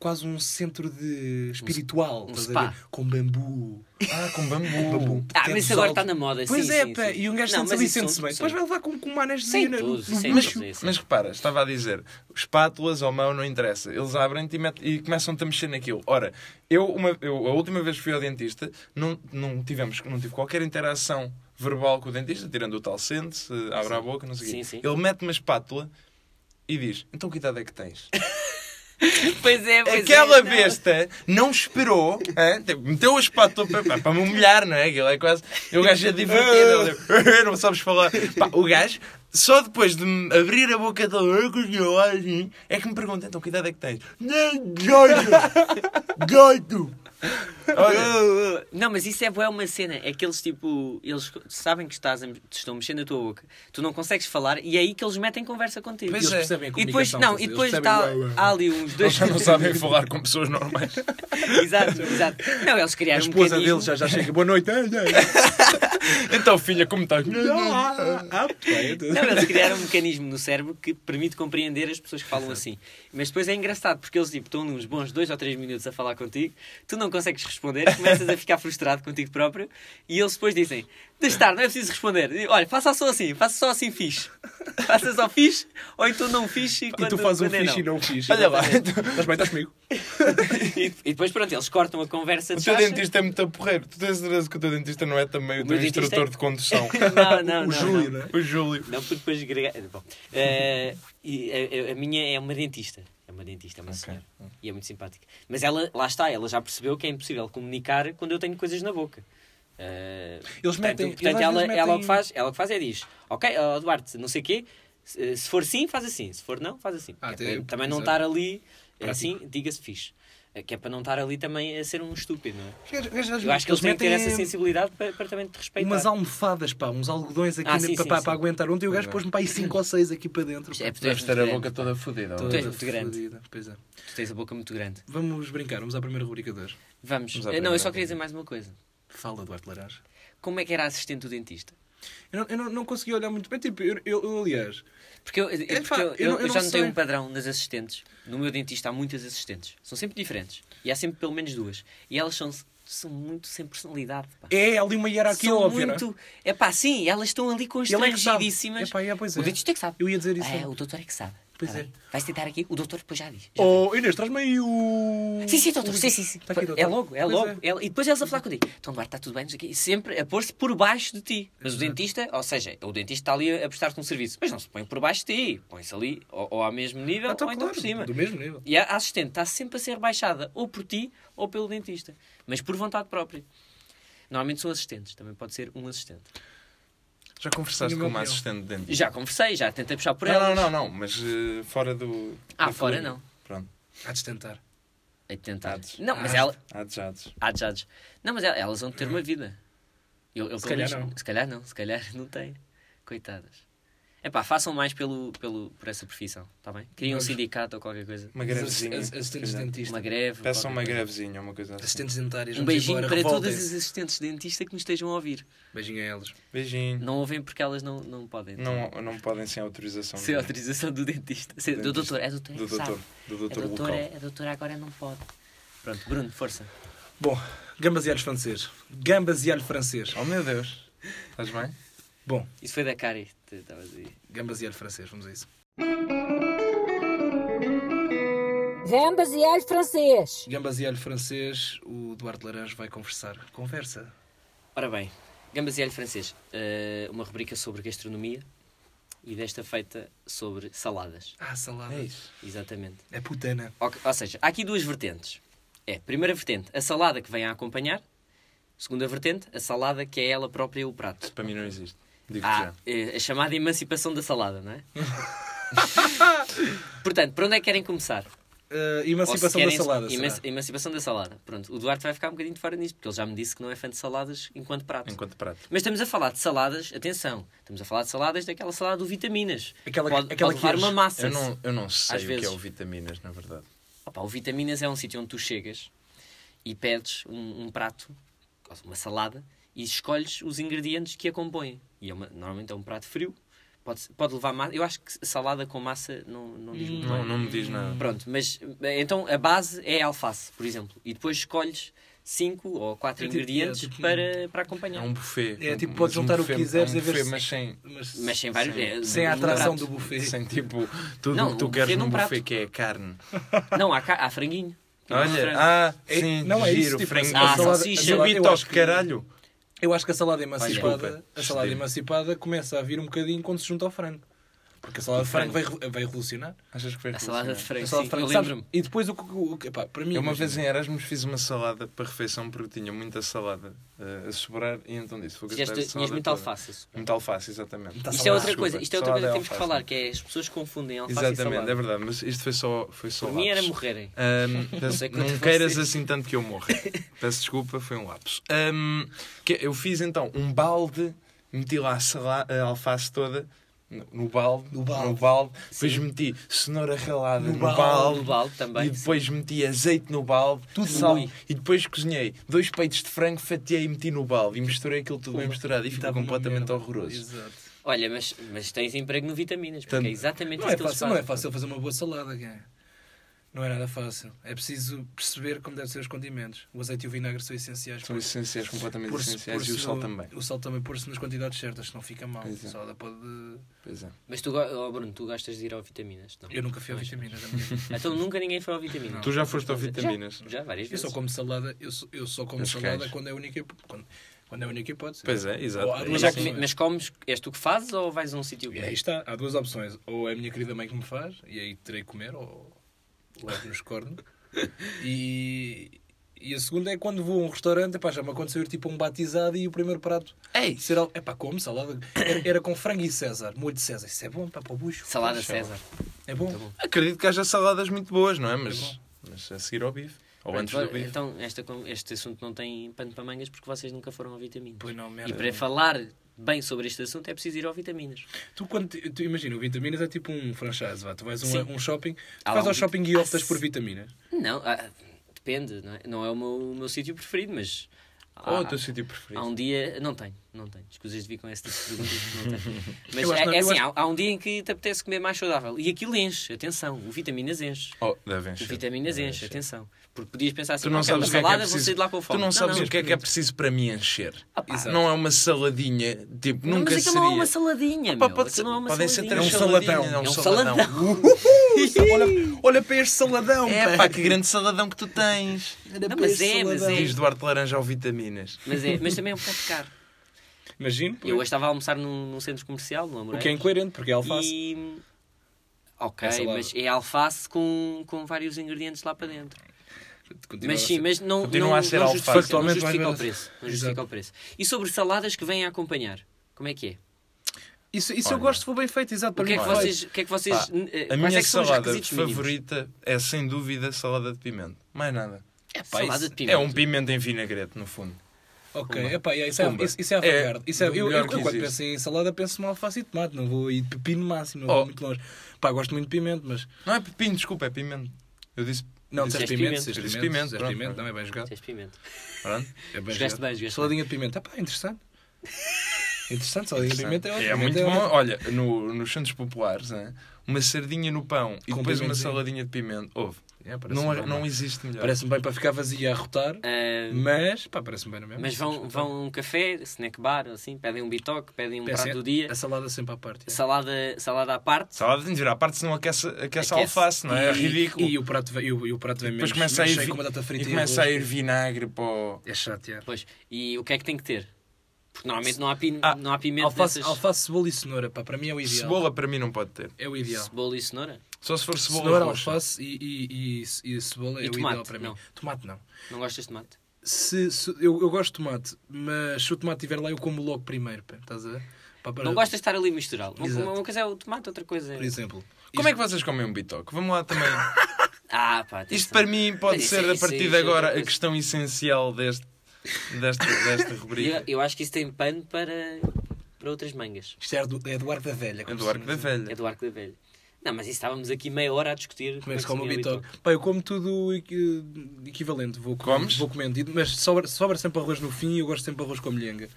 Speaker 2: quase um centro de espiritual,
Speaker 3: um
Speaker 2: estás a
Speaker 3: spa.
Speaker 2: ver? com bambu.
Speaker 4: Ah, com bambu.
Speaker 3: Ah, mas isso agora está na moda,
Speaker 2: Pois
Speaker 3: sim,
Speaker 2: é,
Speaker 3: sim,
Speaker 2: pá,
Speaker 3: sim.
Speaker 2: e um gajo sente-se
Speaker 3: Não, mas
Speaker 2: ali,
Speaker 3: isso
Speaker 2: sente-se
Speaker 3: são-
Speaker 2: bem.
Speaker 3: sim.
Speaker 2: Depois vai levar com com uma
Speaker 3: Sem
Speaker 2: anestesia. no-
Speaker 3: tudo,
Speaker 2: no-
Speaker 3: sem
Speaker 2: mas-
Speaker 3: tudo. sim.
Speaker 4: Mas repara, estava a dizer, espátulas ou mão não interessa. Eles abrem-te e, metem- e começam-te a mexer naquilo. Ora, eu, uma, eu a última vez que fui ao dentista, não, não, tivemos, não tive qualquer interação verbal com o dentista, tirando o tal sente-se, abre a boca, não sei o quê.
Speaker 3: Sim, sim.
Speaker 4: Ele mete uma espátula e diz, então que idade é que tens?
Speaker 3: Pois é, pois
Speaker 4: Aquela
Speaker 3: é, não.
Speaker 4: besta não esperou, hã? Tipo, meteu a espátula para, pá, para me humilhar, não é? Aquilo é quase. O gajo é divertido, ele, tipo, não sabes falar. Pá, o gajo, só depois de me abrir a boca toda com os meus olhos, hein, é que me pergunta: então que idade é que tens? Não, Goito! Goito! Olha,
Speaker 3: Uh, uh. Não, mas isso é bué uma cena. É que eles, tipo, eles sabem que estás a, te estão mexendo a tua boca. Tu não consegues falar e é aí que eles metem conversa contigo.
Speaker 4: Pois
Speaker 2: Eles
Speaker 4: é.
Speaker 2: percebem a
Speaker 3: E depois,
Speaker 2: comunicação,
Speaker 3: não,
Speaker 2: quer
Speaker 3: e
Speaker 2: dizer,
Speaker 3: depois
Speaker 2: eles
Speaker 3: tá,
Speaker 2: percebem, ué, ué.
Speaker 3: há ali uns
Speaker 4: eles
Speaker 3: dois...
Speaker 4: já não sabem falar com pessoas normais.
Speaker 3: exato, exato. Não, eles
Speaker 2: A
Speaker 3: criaram um
Speaker 2: esposa
Speaker 3: mecanismo...
Speaker 2: dele já, já chega. Boa noite. Ai, ai.
Speaker 4: Então, filha, como estás?
Speaker 2: Ah,
Speaker 3: Não, eles criaram um mecanismo no cérebro que permite compreender as pessoas que falam assim. Mas depois é engraçado, porque eles tipo, estão uns bons dois ou três minutos a falar contigo, tu não consegues responder, começas a ficar frustrado contigo próprio, e eles depois dizem: de estar, não é preciso responder. E, Olha, faça só assim, faça só assim fixe. Faça só fixe, ou então não fixe. é
Speaker 2: E tu fazes um fixe e não um fixe.
Speaker 4: Olha lá.
Speaker 2: Estás bem, estás comigo?
Speaker 3: E, e depois, pronto, eles cortam a conversa
Speaker 4: O
Speaker 3: de
Speaker 4: teu
Speaker 3: chacha.
Speaker 4: dentista é muito porreiro. Tu tens certeza que o teu dentista não é também o,
Speaker 3: O
Speaker 4: teu
Speaker 3: meu dentista
Speaker 4: instrutor
Speaker 3: é-
Speaker 4: de condução?
Speaker 3: Não, não,
Speaker 2: O
Speaker 3: não,
Speaker 2: Júlio,
Speaker 3: não.
Speaker 2: não é?
Speaker 4: o Júlio.
Speaker 3: Não, porque depois agregar. Bom, eh, e a, a- a minha é uma dentista. É uma dentista, é uma senhora. E é muito simpática. Mas ela, lá está, ela já percebeu que é impossível comunicar quando eu tenho coisas na boca. Eh,
Speaker 2: Eles
Speaker 3: portanto,
Speaker 2: metem-
Speaker 3: portanto,
Speaker 2: eles às
Speaker 3: ela,
Speaker 2: vezes
Speaker 3: ela, o
Speaker 2: metem-
Speaker 3: que faz, ela o que faz é diz: Ok, ó, Duarte, não sei o quê, se se for sim, faz assim. Se for não, faz assim.
Speaker 2: Ah,
Speaker 3: Que é
Speaker 2: tem-
Speaker 3: para também não
Speaker 2: exato.
Speaker 3: estar ali, assim, diga-se fixe. Eh, Que é para não estar ali também a ser um estúpido, não é? Eu acho que eles têm que ter essa sensibilidade para, para também te respeitar. é,
Speaker 2: Umas almofadas, pá, uns algodões aqui
Speaker 3: Ah,
Speaker 2: na-
Speaker 3: sim,
Speaker 2: para,
Speaker 3: sim,
Speaker 2: para-
Speaker 3: sim.
Speaker 2: para aguentar. Ontem o gajo
Speaker 4: é.
Speaker 2: pôs-me para aí 5 ou 6 aqui para dentro.
Speaker 3: É,
Speaker 2: pá.
Speaker 3: tu és
Speaker 4: Deves
Speaker 3: muito
Speaker 4: ter a
Speaker 3: grande,
Speaker 4: boca
Speaker 3: pá.
Speaker 4: toda fodida.
Speaker 2: Toda
Speaker 3: tu és muito grande.
Speaker 2: fodida, Pois é.
Speaker 3: Tu tens a boca muito grande.
Speaker 2: Vamos brincar, vamos à primeira rubrica de hoje.
Speaker 3: Vamos.
Speaker 4: Vamos à
Speaker 3: Eh, não, eu
Speaker 4: primeira.
Speaker 3: só queria dizer mais uma coisa.
Speaker 2: Fala, Duarte Laranja.
Speaker 3: Como é que era assistente do dentista?
Speaker 2: Eu não, eu não, não consegui olhar muito bem. Tipo, eu, eu- eu, aliás,
Speaker 3: Porque eu, eu-
Speaker 2: É,
Speaker 3: porque
Speaker 2: pá,
Speaker 3: eu-
Speaker 2: eu
Speaker 3: eu-
Speaker 2: não- eu
Speaker 3: eu já
Speaker 2: não
Speaker 3: notei
Speaker 2: sei.
Speaker 3: um padrão nas assistentes. No meu dentista há muitas assistentes. São sempre diferentes. E há sempre pelo menos duas. E elas são, são muito sem personalidade. Pá.
Speaker 2: é ali uma hierarquia
Speaker 3: são
Speaker 2: óbvia. não é?
Speaker 3: muito. É pá, sim, elas estão
Speaker 2: Ele
Speaker 3: ali
Speaker 2: é que sabe.
Speaker 3: constrangidíssimas.
Speaker 2: É pá, é, pois é.
Speaker 3: O dentista é que sabe.
Speaker 2: Eu ia dizer isso.
Speaker 3: Ah, o doutor é que sabe.
Speaker 2: Pois é.
Speaker 3: bem. Vais tentar aqui, o doutor depois já diz. Já
Speaker 2: Oh, Inês, traz-me aí o.
Speaker 3: Sim, sim, doutor,
Speaker 2: o-
Speaker 3: sim, sim, sim.
Speaker 2: Está aqui, doutor.
Speaker 3: É logo, é
Speaker 2: Pois Ah,
Speaker 3: logo. É- E depois eles a falar contigo. Então, Duarte, está tudo bem, não sei o quê. E sempre a pôr-se por baixo de ti. Mas o dentista, ou seja, o dentista está ali a prestar-te um serviço. Mas não se põe por baixo de ti. Põe-se ali ou, ou ao mesmo nível
Speaker 2: Ah, então,
Speaker 3: ou então
Speaker 2: claro,
Speaker 3: por cima.
Speaker 2: Do mesmo nível.
Speaker 3: E a a assistente está sempre a ser baixada ou por ti ou pelo dentista. Mas por vontade própria. Normalmente são assistentes. Também pode ser um assistente.
Speaker 4: Já conversaste
Speaker 2: Tenho o meu
Speaker 4: com uma
Speaker 2: opinião.
Speaker 4: assistente de dentista?
Speaker 3: Já conversei, já tentei puxar por
Speaker 4: Não,
Speaker 3: ela.
Speaker 4: não, não, não, mas eh, fora do.
Speaker 3: Ah,
Speaker 4: da
Speaker 3: fora
Speaker 4: coluna.
Speaker 3: não.
Speaker 4: Pronto.
Speaker 2: Há de tentar.
Speaker 3: A tentar.
Speaker 4: Hades.
Speaker 3: Não, mas
Speaker 2: Ah.
Speaker 3: ela...
Speaker 4: Há de jados.
Speaker 3: Há de jados. Não, mas el- elas vão ter uma vida. Eu, eu,
Speaker 2: Se
Speaker 3: pelo
Speaker 2: calhar
Speaker 3: menos-
Speaker 2: não.
Speaker 3: Se calhar não, se calhar não têm. Coitadas. É pá, façam mais pelo, pelo, por essa profissão, está bem? Criem um
Speaker 2: Vamos.
Speaker 3: sindicato ou qualquer coisa.
Speaker 4: Uma grevezinha.
Speaker 2: As- as- Assistentes
Speaker 4: se
Speaker 2: de
Speaker 4: calhar.
Speaker 3: Uma
Speaker 2: dentista.
Speaker 3: greve.
Speaker 4: Peçam uma
Speaker 3: qualquer coisa.
Speaker 4: grevezinha, uma coisa assim.
Speaker 2: Assistentes dentários.
Speaker 3: Um
Speaker 2: vamos
Speaker 3: beijinho
Speaker 2: embora,
Speaker 3: para todas
Speaker 2: revoltem-se.
Speaker 3: as assistentes de dentista que nos estejam a ouvir.
Speaker 2: Beijinho a eles.
Speaker 4: Beijinho.
Speaker 3: Não ouvem porque elas não, não podem. tá
Speaker 4: Não, não podem sem autorização
Speaker 3: Sem
Speaker 4: do-
Speaker 3: autorização do dentista. Sem- Do
Speaker 4: Dentista.
Speaker 3: doutor. É doutor, é
Speaker 4: do
Speaker 3: que sabe. É,
Speaker 4: doutor. Do doutor
Speaker 3: a, doutora,
Speaker 4: local.
Speaker 3: a doutora agora não pode. Pronto, Bruno, força.
Speaker 2: Bom, gambas e alho francês. Gambas e alho francês.
Speaker 4: Oh meu Deus. Estás bem?
Speaker 2: Bom,
Speaker 3: Isso foi da Cari. que Estavas aí.
Speaker 2: gambas e alho francês, vamos a isso.
Speaker 1: Gambas e alho francês.
Speaker 2: Gambas e alho francês, o Duarte Laranjo vai conversar. Conversa.
Speaker 3: Ora bem, Gambas e Alho Francês, eh, uma rubrica sobre gastronomia e desta feita sobre saladas.
Speaker 2: Ah, saladas. É,
Speaker 3: Exatamente.
Speaker 2: putana.
Speaker 3: Ou, ou seja, há aqui duas vertentes. É, primeira vertente, a salada que vem a acompanhar. Segunda vertente, a salada que é ela própria o prato.
Speaker 4: Para mim não existe. Digo
Speaker 3: Ah,
Speaker 4: já.
Speaker 3: eh, a chamada emancipação da salada, não é? Portanto, por onde é que querem começar?
Speaker 2: Ah,
Speaker 3: Ou se
Speaker 2: emancipação da
Speaker 3: querem-
Speaker 2: salada.
Speaker 3: eman-
Speaker 2: será?
Speaker 3: Emancipação da salada. Pronto, o Duarte vai ficar um bocadinho de fora nisso, porque ele já me disse que não é fã de saladas enquanto prato.
Speaker 4: Enquanto prato.
Speaker 3: Mas estamos a falar de saladas, atenção, estamos a falar de saladas daquela salada do vitaminas.
Speaker 2: Aquela-
Speaker 3: pode,
Speaker 2: aquela
Speaker 3: pode
Speaker 2: que
Speaker 3: levar
Speaker 2: eles-
Speaker 3: uma massa.
Speaker 4: Eu não, eu não sei
Speaker 3: Às
Speaker 4: o que
Speaker 3: vezes.
Speaker 4: é o vitaminas, na verdade.
Speaker 3: Opa, o vitaminas é um sítio onde tu chegas e pedes um, um prato, uma salada, e escolhes os ingredientes que a compõem. E é uma- normalmente é um prato frio, pode, pode levar massa. Eu acho que salada com massa não, não diz muito
Speaker 4: Não, não me diz nada.
Speaker 3: Pronto, mas eh, então a base é alface, por exemplo, e depois escolhes cinco ou quatro
Speaker 2: É tipo-
Speaker 3: ingredientes
Speaker 2: é tipo um-
Speaker 3: para, para
Speaker 4: É
Speaker 3: acompanhar.
Speaker 4: um buffet.
Speaker 2: É, tipo,
Speaker 4: Mas
Speaker 2: podes
Speaker 4: um
Speaker 2: juntar o
Speaker 4: buffet-
Speaker 2: que quiseres
Speaker 4: é um
Speaker 2: a ver
Speaker 4: buffet,
Speaker 2: se-
Speaker 4: mas sem...
Speaker 2: Mas,
Speaker 3: Mas sem vários. é,
Speaker 2: sem a
Speaker 3: num
Speaker 2: atração do
Speaker 3: prato.
Speaker 2: buffet.
Speaker 4: Sem tipo tudo
Speaker 3: Não,
Speaker 4: o que tu
Speaker 3: um
Speaker 4: queres
Speaker 3: buffet
Speaker 4: num
Speaker 3: num
Speaker 4: buffet
Speaker 3: prato.
Speaker 4: que é carne.
Speaker 3: Não, há, ca- há franguinho.
Speaker 4: Olha,
Speaker 3: Frango.
Speaker 4: ah,
Speaker 2: É-
Speaker 4: sim,
Speaker 2: não é isso,
Speaker 4: giro,
Speaker 2: tipo,
Speaker 4: frango.
Speaker 3: a Ah, salada- salsicha. a salada-
Speaker 4: Chubito
Speaker 2: eu
Speaker 4: ao
Speaker 2: acho que-
Speaker 4: caralho.
Speaker 2: Eu acho que a salada emancipada,
Speaker 4: desculpa.
Speaker 2: a salada
Speaker 4: Sim.
Speaker 2: emancipada começa a vir um bocadinho quando se junta ao frango. Porque a salada de frango vai, revo- vai revolucionar.
Speaker 4: Achas que foi
Speaker 3: a salada de
Speaker 2: A
Speaker 3: frango.
Speaker 2: salada
Speaker 3: Sim,
Speaker 2: de frango,
Speaker 3: eu
Speaker 2: sabes?
Speaker 3: lembro-me.
Speaker 2: E depois o que. o que- epá, para mim.
Speaker 4: Eu É uma
Speaker 2: imagina,
Speaker 4: vez em Erasmus fiz uma salada para refeição porque tinha muita salada eh, a sobrar e então disse, vou
Speaker 3: Fizeste-
Speaker 4: gastar esta salada
Speaker 3: Tinhas muito
Speaker 4: toda.
Speaker 3: alface.
Speaker 4: Muito alface, exatamente.
Speaker 2: Muita
Speaker 3: Isto é
Speaker 2: salada.
Speaker 3: outra
Speaker 4: Desculpa,
Speaker 3: coisa, isto é outra coisa que
Speaker 4: salada
Speaker 3: temos que
Speaker 4: alface.
Speaker 3: falar, que é as pessoas confundem alface e
Speaker 4: Exatamente,
Speaker 3: salada.
Speaker 4: é verdade, mas isto foi só foi só
Speaker 3: Por mim era
Speaker 4: lapso.
Speaker 3: morrerem.
Speaker 4: Ahm, peço-
Speaker 3: sei quanto
Speaker 4: não
Speaker 3: vocês-
Speaker 4: queiras assim tanto que eu morra. Peço desculpa, foi um lapso. Ahm, que eu fiz então um balde, meti lá a, sala- a alface toda no, no balde,
Speaker 2: No balde.
Speaker 4: no balde, depois meti cenoura ralada no,
Speaker 2: balde.
Speaker 4: balde,
Speaker 3: No balde também,
Speaker 4: e depois meti azeite no balde, tudo sal,
Speaker 3: Ui.
Speaker 4: e depois cozinhei dois peitos de frango, fatiei e meti no balde e misturei aquilo tudo bem misturado e ficou
Speaker 2: dava uma
Speaker 4: completamente
Speaker 2: merda.
Speaker 4: horroroso.
Speaker 2: Exato.
Speaker 3: Olha, mas, mas tens emprego no vitaminas, porque
Speaker 4: Tanto-
Speaker 3: é exatamente
Speaker 2: Não
Speaker 3: isso
Speaker 2: é,
Speaker 3: que eles
Speaker 2: fácil, não é
Speaker 3: fazem.
Speaker 2: fácil fazer uma boa salada, cara. Não é nada fácil. É preciso perceber como devem ser os condimentos. O azeite e o vinagre são essenciais.
Speaker 4: São essenciais, completamente
Speaker 2: Pôr-se-
Speaker 4: essenciais
Speaker 2: pôr-se
Speaker 4: e o sal
Speaker 2: no-
Speaker 4: também.
Speaker 2: O sal também pôr-se nas quantidades certas, senão fica mal.
Speaker 4: Pois é.
Speaker 2: A salada pode.
Speaker 4: Pois é.
Speaker 3: Mas tu, go- oh Bruno, tu gostas de ir ao vitaminas? Não.
Speaker 2: Eu nunca fui a vitaminas. na minha vida.
Speaker 3: Então nunca ninguém foi ao vitaminas.
Speaker 4: Tu já foste ao vitaminas?
Speaker 3: Já, várias
Speaker 2: Eu
Speaker 3: vezes.
Speaker 2: só como salada, eu só, eu só como
Speaker 4: Mas
Speaker 2: salada
Speaker 4: queres?
Speaker 2: quando é a única, hip- quando, quando é a única hipótese.
Speaker 4: Pois é, exato.
Speaker 2: Ou há
Speaker 4: É
Speaker 2: duas
Speaker 3: Mas,
Speaker 4: isso.
Speaker 3: já
Speaker 2: Sim.
Speaker 3: comi- mas comes, és tu que fazes ou vais a um sítio
Speaker 2: E aí está, há duas opções. Ou é a minha querida mãe que me faz, e aí terei que comer, ou levo nos corno. E, e a segunda é quando vou a um restaurante, epá, já me aconteceu ir tipo a um batizado e o primeiro prato
Speaker 3: É
Speaker 4: Ei,
Speaker 2: ser al- epá, como salada. Era, era com frango e César, molho de César. Isso é bom, pá, para o bucho.
Speaker 3: Salada César.
Speaker 2: É bom.
Speaker 4: Acredito que haja saladas muito boas, não é? Mas, mas a seguir ao bife. Ou antes do
Speaker 3: Pronto,
Speaker 4: bife.
Speaker 3: então esta con- este assunto não tem pano para mangas porque vocês nunca foram ao vitaminas.
Speaker 2: Pois não, merda.
Speaker 3: E para falar bem sobre este assunto é preciso ir ao vitaminas.
Speaker 2: Tu, quando, te- tu imagina, o vitaminas é tipo um franchise, vá. Tu vais a
Speaker 3: Sim.
Speaker 2: um, um shopping, tu
Speaker 3: Há lá
Speaker 2: vais
Speaker 3: um
Speaker 2: ao
Speaker 3: vit-
Speaker 2: shopping e optas por vitaminas.
Speaker 3: Não, ah, depende, não é, não é o meu, o meu sítio preferido, mas.
Speaker 4: Qual é
Speaker 3: há-
Speaker 4: o teu sítio
Speaker 3: Há
Speaker 4: preferido?
Speaker 3: um dia. Não tenho, não tenho. Escusas de vir com esse tipo de perguntas. Não tenho. Mas
Speaker 2: Eu acho
Speaker 3: é,
Speaker 2: que não-
Speaker 3: é
Speaker 2: eu
Speaker 3: assim,
Speaker 2: acho-
Speaker 3: há, há um dia em que te apetece comer mais saudável. E aquilo enche, atenção. O vitaminas enche.
Speaker 4: Oh, devem
Speaker 3: O
Speaker 4: ser.
Speaker 3: vitaminas
Speaker 4: Devem
Speaker 3: enche,
Speaker 4: ser.
Speaker 3: atenção. Porque podias pensar assim,
Speaker 4: Tu não
Speaker 3: "Ok, uma
Speaker 4: sabes o que é que é
Speaker 3: salada, vou
Speaker 4: preciso.
Speaker 3: sair de lá com
Speaker 4: Tu
Speaker 3: fome.
Speaker 4: não sabes o que é que é preciso para me encher.
Speaker 2: Exato.
Speaker 4: Não é uma saladinha, tipo,
Speaker 3: Não,
Speaker 4: nunca
Speaker 3: mas aquilo
Speaker 4: seria.
Speaker 3: não é uma saladinha,
Speaker 4: Pá,
Speaker 3: meu.
Speaker 4: pode ser-
Speaker 3: Aquilo não é uma
Speaker 4: podem ser
Speaker 3: saladinha.
Speaker 4: três
Speaker 2: É um
Speaker 4: saladinhas,
Speaker 2: saladão.
Speaker 3: É um
Speaker 2: olha, olha para este saladão,
Speaker 4: É pá, que grande saladão que tu tens.
Speaker 3: Não, mas é, mas é.
Speaker 4: Diz Duarte Laranja ao vitaminas.
Speaker 3: Mas, é, mas também é um bocado caro.
Speaker 2: Imagino.
Speaker 3: Eu hoje estava a almoçar num, num centro comercial, no
Speaker 2: O
Speaker 3: Amoreiro.
Speaker 2: que é incoerente, porque é alface.
Speaker 3: E... Ok,
Speaker 2: É salada.
Speaker 3: mas é alface com, com vários ingredientes lá para dentro.
Speaker 2: Continua
Speaker 3: Mas
Speaker 2: a
Speaker 3: sim,
Speaker 2: ser-
Speaker 3: mas não,
Speaker 4: Continua
Speaker 3: não,
Speaker 4: a ser
Speaker 3: não
Speaker 4: alface.
Speaker 3: justifica, não
Speaker 2: Factualmente mais
Speaker 3: justifica o
Speaker 2: barato.
Speaker 3: preço. Não
Speaker 2: Exato.
Speaker 3: justifica o preço. E sobre saladas que vêm a acompanhar, como é que é?
Speaker 2: Isso, isso eu
Speaker 4: Olha.
Speaker 2: gosto, foi bem feito, exato.
Speaker 3: O
Speaker 2: Para
Speaker 3: que é
Speaker 2: mim
Speaker 3: que
Speaker 2: foi.
Speaker 3: vocês... o que é que vocês
Speaker 4: Pá,
Speaker 3: n- eh,
Speaker 4: A
Speaker 3: quais é
Speaker 4: minha
Speaker 3: que são os
Speaker 4: salada
Speaker 3: requisitos mínimos?
Speaker 4: favorita é sem dúvida salada de pimento. Mais nada.
Speaker 3: É
Speaker 4: Pá,
Speaker 3: salada
Speaker 4: isso
Speaker 3: de pimenta.
Speaker 4: É um pimento em vinagrete, no fundo.
Speaker 2: Ok, epá, é, isso, é,
Speaker 4: Pumba.
Speaker 2: isso, isso é
Speaker 4: É
Speaker 2: avocado. isso é,
Speaker 4: do
Speaker 2: eu, eu,
Speaker 4: melhor que
Speaker 2: quando
Speaker 4: existe.
Speaker 2: penso em salada, penso em alface e tomate. Não vou ir de pepino máximo, não vou
Speaker 4: Oh.
Speaker 2: muito longe. Pá, gosto muito de pimento, mas.
Speaker 4: Não é pepino, desculpa, é pimento. Eu disse.
Speaker 2: Não,
Speaker 4: disse-
Speaker 2: disseste pimento,
Speaker 3: disseste pimento.
Speaker 2: disseste pimento,
Speaker 4: Disse pimento,
Speaker 2: disseste
Speaker 4: pronto.
Speaker 2: pimento, também bem jogado.
Speaker 3: Tens é pimento.
Speaker 4: Pronto.
Speaker 2: É bem jogado.
Speaker 3: Jogaste bem, jogaste bem.
Speaker 2: Saladinha de pimento, epá, interessante. Interessante, saladinha de pimento é ótimo.
Speaker 4: É muito
Speaker 2: pimenta
Speaker 4: bom.
Speaker 2: ótimo.
Speaker 4: Olha, no, nos Santos Populares, né? uma sardinha no pão e
Speaker 2: Com
Speaker 4: depois uma
Speaker 2: pimentinho.
Speaker 4: saladinha de pimento. Houve.
Speaker 2: É, parece-me
Speaker 4: Não,
Speaker 2: bem,
Speaker 4: não
Speaker 2: pá.
Speaker 4: existe melhor.
Speaker 2: Parece-me bem para ficar vazia a rotar,
Speaker 3: Ah,
Speaker 2: mas pá, parece-me bem é na
Speaker 4: Hum,
Speaker 2: mesma.
Speaker 3: mas vão, vão a um café, snack bar, assim, pedem um bitoque, pedem um
Speaker 2: Peço-
Speaker 3: prato do
Speaker 2: É
Speaker 3: dia,
Speaker 2: assim, A salada sempre à parte. é.
Speaker 3: salada, salada à parte.
Speaker 4: Salada tem de virar à parte, senão aquece, aquece,
Speaker 3: Aquece.
Speaker 4: a alface, não é? É
Speaker 3: E-
Speaker 4: ridículo.
Speaker 2: E o prato vem, e o, e o prato vem
Speaker 4: depois
Speaker 2: menos,
Speaker 4: começa, a
Speaker 2: menos
Speaker 4: ir,
Speaker 2: cheio
Speaker 4: vi-
Speaker 2: com batata frita
Speaker 4: e
Speaker 2: e
Speaker 4: começa a
Speaker 2: arroz.
Speaker 4: ir vinagre para o...
Speaker 2: É chato, é.
Speaker 3: Pois, e o que é que tem que ter? Porque normalmente não há, pin,
Speaker 4: Ah,
Speaker 3: não há pimenta
Speaker 2: Alface,
Speaker 3: nessas...
Speaker 2: alface, cebola e cenoura, pá, para mim é o ideal.
Speaker 4: Cebola para mim não pode ter.
Speaker 2: É o ideal.
Speaker 3: Cebola e cenoura?
Speaker 4: Só se for cebola
Speaker 2: Cenoura,
Speaker 4: roxa.
Speaker 2: alface e, e, e, e cebola
Speaker 3: E
Speaker 2: é o
Speaker 3: tomate,
Speaker 2: ideal para mim.
Speaker 3: não.
Speaker 2: Tomate não.
Speaker 3: Não gostas de tomate?
Speaker 2: Se, se- eu, eu gosto de tomate, mas se o tomate estiver lá eu como logo primeiro, pá, estás a ver? Pá, para-
Speaker 3: Não gostas de estar ali misturá-lo.
Speaker 2: Exato.
Speaker 3: Uma, uma coisa é o tomate, outra coisa
Speaker 2: Por
Speaker 3: é...
Speaker 2: exemplo.
Speaker 4: Como é que vocês comem um bitoque? Vamos lá também.
Speaker 3: Ah, pá, atenção.
Speaker 4: Isto para mim pode
Speaker 3: Mas isso
Speaker 4: ser,
Speaker 3: é-
Speaker 4: a
Speaker 3: isso é-
Speaker 4: partir
Speaker 3: isso
Speaker 4: de
Speaker 3: é
Speaker 4: agora,
Speaker 3: outra
Speaker 4: a
Speaker 3: coisa.
Speaker 4: questão essencial deste, desta, desta
Speaker 3: Eu,
Speaker 4: rubrica.
Speaker 3: eu acho que isso tem pano para, para outras mangas.
Speaker 2: Isto é do, é do Arco da Velha.
Speaker 4: É
Speaker 2: como
Speaker 4: do
Speaker 2: se
Speaker 4: Arco da
Speaker 2: diz.
Speaker 3: É
Speaker 4: Velha.
Speaker 3: do Arco da Velha. Não, mas isso estávamos aqui meia hora a discutir
Speaker 2: Como é que se come o
Speaker 3: comia
Speaker 2: bitoque? Pá, eu como tudo equi- equivalente. Vou, com-
Speaker 4: Comes?
Speaker 2: Vou comendo, e- mas sobra, sobra sempre arroz no fim e eu gosto sempre de arroz com milhenga.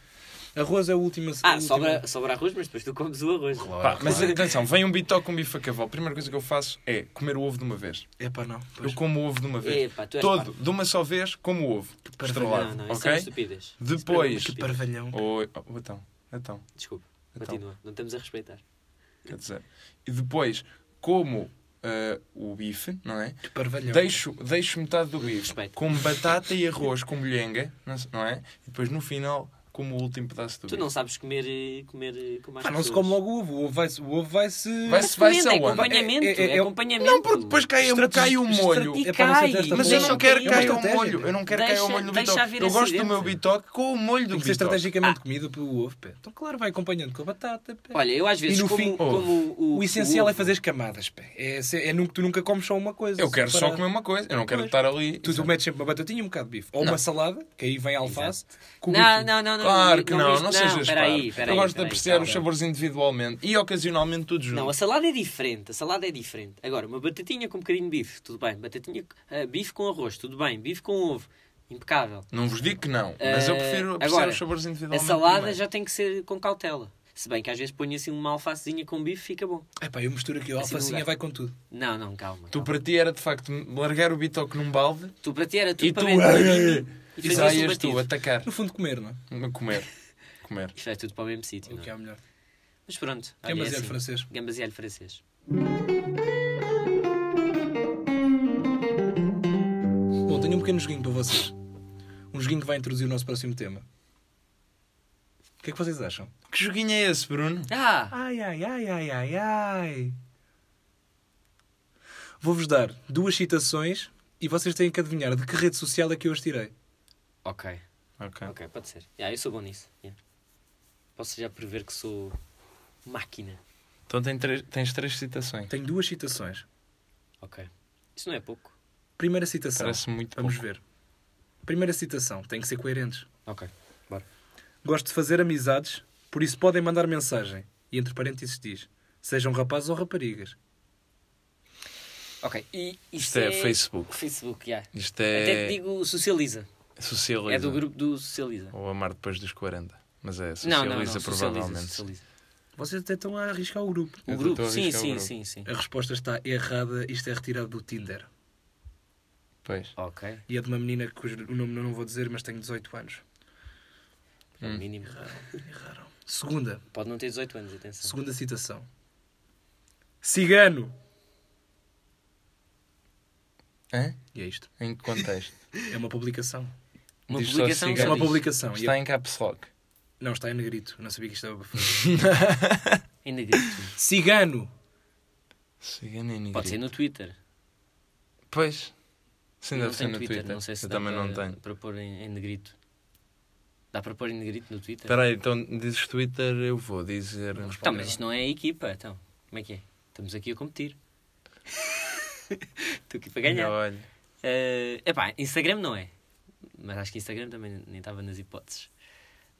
Speaker 2: Arroz é o último...
Speaker 3: Ah, sobra, sobra arroz, mas depois tu comes o arroz.
Speaker 4: Pá, mas atenção, vem um bitoque com bife a cavalo. A primeira coisa que eu faço é comer o ovo de uma vez.
Speaker 2: É pá, não.
Speaker 4: Eu como o ovo de uma vez.
Speaker 3: Epá, tu és
Speaker 4: Todo, de uma só vez, como o ovo. Estrelado,
Speaker 3: Não, não, isso é
Speaker 4: ok?
Speaker 3: estupidez.
Speaker 4: Depois.
Speaker 3: Que
Speaker 2: Parvalhão.
Speaker 4: Oi, oh, então, então,
Speaker 3: Desculpa,
Speaker 4: Então.
Speaker 3: continua. Não estamos a respeitar.
Speaker 4: quer dizer. E depois, como ah, o bife, não é?
Speaker 2: Que parvalhão.
Speaker 4: Deixo, deixo metade do bife
Speaker 3: Respeito.
Speaker 4: como batata e arroz com molhenga, não se- não é? E depois no final, como o último pedaço do
Speaker 3: Tu
Speaker 4: bife.
Speaker 3: não sabes comer, eh, comer eh, como as
Speaker 2: Pá, não se
Speaker 3: pessoas.
Speaker 2: come logo o ovo. O ovo vai-se... O ovo vai-se...
Speaker 4: Vai-se-
Speaker 3: Mas comendo, é
Speaker 4: aonde?
Speaker 3: acompanhamento,
Speaker 2: É- é- é-
Speaker 3: é acompanhamento.
Speaker 4: um- Não, porque depois cai, um-
Speaker 2: Estrategi-
Speaker 4: cai o molho.
Speaker 2: estrategi-
Speaker 3: E
Speaker 2: É para não ser
Speaker 3: cai.
Speaker 2: desta
Speaker 4: Mas eu
Speaker 2: forma.
Speaker 3: Deixa
Speaker 4: não quero
Speaker 3: cair.
Speaker 4: que
Speaker 2: É uma
Speaker 4: caia o
Speaker 2: estratégia.
Speaker 4: molho. Eu não quero que caia o
Speaker 3: Deixa-
Speaker 4: molho do
Speaker 3: deixa
Speaker 4: bitoque.
Speaker 3: haver
Speaker 4: Eu gosto do
Speaker 3: acidente.
Speaker 4: meu bitoque com o molho
Speaker 2: Tem
Speaker 4: do
Speaker 2: que ser
Speaker 4: bitoque.
Speaker 2: estrategicamente comido pelo ovo, pé. Então, claro, vai acompanhando com a batata, pé.
Speaker 3: Olha, eu às vezes
Speaker 2: E no
Speaker 3: como,
Speaker 2: fim,
Speaker 3: como o,
Speaker 2: o essencial é
Speaker 3: ovo.
Speaker 2: fazer as camadas, pé. É, se- é nunca, tu nunca comes só uma coisa.
Speaker 4: Eu quero só
Speaker 2: separado.
Speaker 4: comer uma coisa. Eu não quero estar ali.
Speaker 2: Tu, tu metes sempre uma batatinha e um bocado de bife. Ou uma salada, que aí vem a alface. com
Speaker 3: Não,
Speaker 2: bife.
Speaker 3: não, não, não.
Speaker 4: Claro que não,
Speaker 3: isto-
Speaker 4: não
Speaker 3: peraí,
Speaker 4: sejas parvo.
Speaker 3: peraí,
Speaker 4: Eu gosto de
Speaker 3: peraí,
Speaker 4: apreciar
Speaker 3: calma.
Speaker 4: os sabores individualmente e ocasionalmente todos
Speaker 3: Não, a
Speaker 4: juntos.
Speaker 3: salada é diferente, a salada é diferente. Agora, uma batatinha com um bocadinho de bife, tudo bem. Batatinha, ah, bife com arroz, tudo bem. Bife com ovo, impecável.
Speaker 4: Não vos digo que não, mas eu
Speaker 3: Eh,
Speaker 4: prefiro apreciar
Speaker 3: agora,
Speaker 4: os sabores
Speaker 3: A
Speaker 4: individualmente.
Speaker 3: salada
Speaker 4: também.
Speaker 3: já tem que ser com cautela. Se bem que às vezes ponho assim uma alfacezinha com bife, fica bom.
Speaker 2: É pá, eu misturo aqui a
Speaker 3: Assim,
Speaker 2: alfacinha,
Speaker 3: lugar.
Speaker 2: vai com tudo.
Speaker 3: Não, não, calma.
Speaker 4: Tu
Speaker 3: calma.
Speaker 4: para ti era de facto largar o bitoque num balde
Speaker 3: Tu para ti era tudo
Speaker 4: e tu.
Speaker 3: para dentro
Speaker 4: E
Speaker 3: e fazias
Speaker 4: saias
Speaker 3: um
Speaker 4: tu
Speaker 3: batido.
Speaker 4: atacar.
Speaker 2: No fundo, comer, não é?
Speaker 4: Comer. Comer.
Speaker 3: Isto é tudo para o mesmo sítio,
Speaker 2: O
Speaker 3: não
Speaker 2: que
Speaker 3: é?
Speaker 2: é melhor.
Speaker 3: Mas pronto. olha,
Speaker 2: Gambas
Speaker 3: é
Speaker 2: e alho
Speaker 3: assim.
Speaker 2: francês.
Speaker 3: Gambas e alho francês.
Speaker 2: Bom, tenho um pequeno joguinho para vocês. Um joguinho que vai introduzir o nosso próximo tema. O que é que vocês acham?
Speaker 4: Que joguinho é esse, Bruno?
Speaker 3: Ah!
Speaker 2: Ai, ai, ai, ai, ai, ai. Vou-vos dar duas citações e vocês têm que adivinhar de que rede social é que eu as tirei.
Speaker 3: Ok,
Speaker 4: Ok.
Speaker 3: ok, pode ser. Yeah, eu sou bom nisso. yeah. Posso já prever que sou máquina.
Speaker 4: Então tem três- tens três citações.
Speaker 2: Tenho duas citações.
Speaker 3: Ok. Isso não é pouco.
Speaker 2: Primeira citação.
Speaker 4: Parece muito
Speaker 2: Vamos
Speaker 4: pouco.
Speaker 2: ver. Primeira citação. Tem que ser coerentes.
Speaker 3: Ok, bora.
Speaker 2: Gosto de fazer amizades, por isso podem mandar mensagem. E entre parênteses diz: sejam rapazes ou raparigas.
Speaker 3: Ok, e
Speaker 4: Isto é Facebook.
Speaker 3: Facebook, yeah.
Speaker 4: Isto
Speaker 3: Até te
Speaker 4: é
Speaker 3: digo Socializa.
Speaker 4: socialismo.
Speaker 3: É do grupo do Socializa.
Speaker 4: Ou amar depois dos 40. Mas é
Speaker 3: não,
Speaker 4: socializa
Speaker 3: não, não. Socializa,
Speaker 4: provavelmente.
Speaker 3: socializa.
Speaker 2: Vocês até estão a arriscar o grupo.
Speaker 3: O
Speaker 4: Eu estou
Speaker 3: grupo,
Speaker 4: a
Speaker 3: sim,
Speaker 4: arriscar é o
Speaker 3: sim, sim,
Speaker 4: grupo.
Speaker 3: sim.
Speaker 2: A resposta está errada. Isto é retirado do Tinder.
Speaker 4: Pois.
Speaker 3: Ok.
Speaker 2: E é de uma menina cujo o nome não vou dizer, mas tenho 18 anos.
Speaker 3: É o mínimo.
Speaker 2: Erraram. Segunda.
Speaker 3: Pode não ter 18 anos, atenção.
Speaker 2: Segunda citação. Cigano.
Speaker 4: Hã?
Speaker 2: E é isto.
Speaker 4: Em que contexto?
Speaker 2: É uma publicação.
Speaker 3: Uma
Speaker 4: Diz só
Speaker 3: publicação
Speaker 4: cigano.
Speaker 2: É
Speaker 3: só
Speaker 2: uma
Speaker 3: diz.
Speaker 2: publicação. E
Speaker 4: Está
Speaker 2: é-
Speaker 4: em caps lock.
Speaker 2: Não, está em negrito. Não sabia que isto estava para
Speaker 3: Em negrito.
Speaker 2: Cigano.
Speaker 4: Cigano em negrito.
Speaker 3: Pode ser no Twitter.
Speaker 4: Pois. Sim,
Speaker 3: Eu
Speaker 4: deve
Speaker 3: não
Speaker 4: ser
Speaker 3: tenho
Speaker 4: no Twitter.
Speaker 3: Não sei se
Speaker 4: Eu
Speaker 3: dá
Speaker 4: também
Speaker 3: para,
Speaker 4: não tenho.
Speaker 3: Para pôr em, em negrito. Dá para pôr em negrito no Twitter?
Speaker 4: Espera aí, então dizes Twitter, eu vou dizer...
Speaker 3: Então, mas isto não é a equipa, então. Como é que é? Estamos aqui a competir. Estou aqui para ganhar.
Speaker 4: Olha.
Speaker 3: Eh, epá, Instagram não é. Mas acho que Instagram também nem estava nas hipóteses.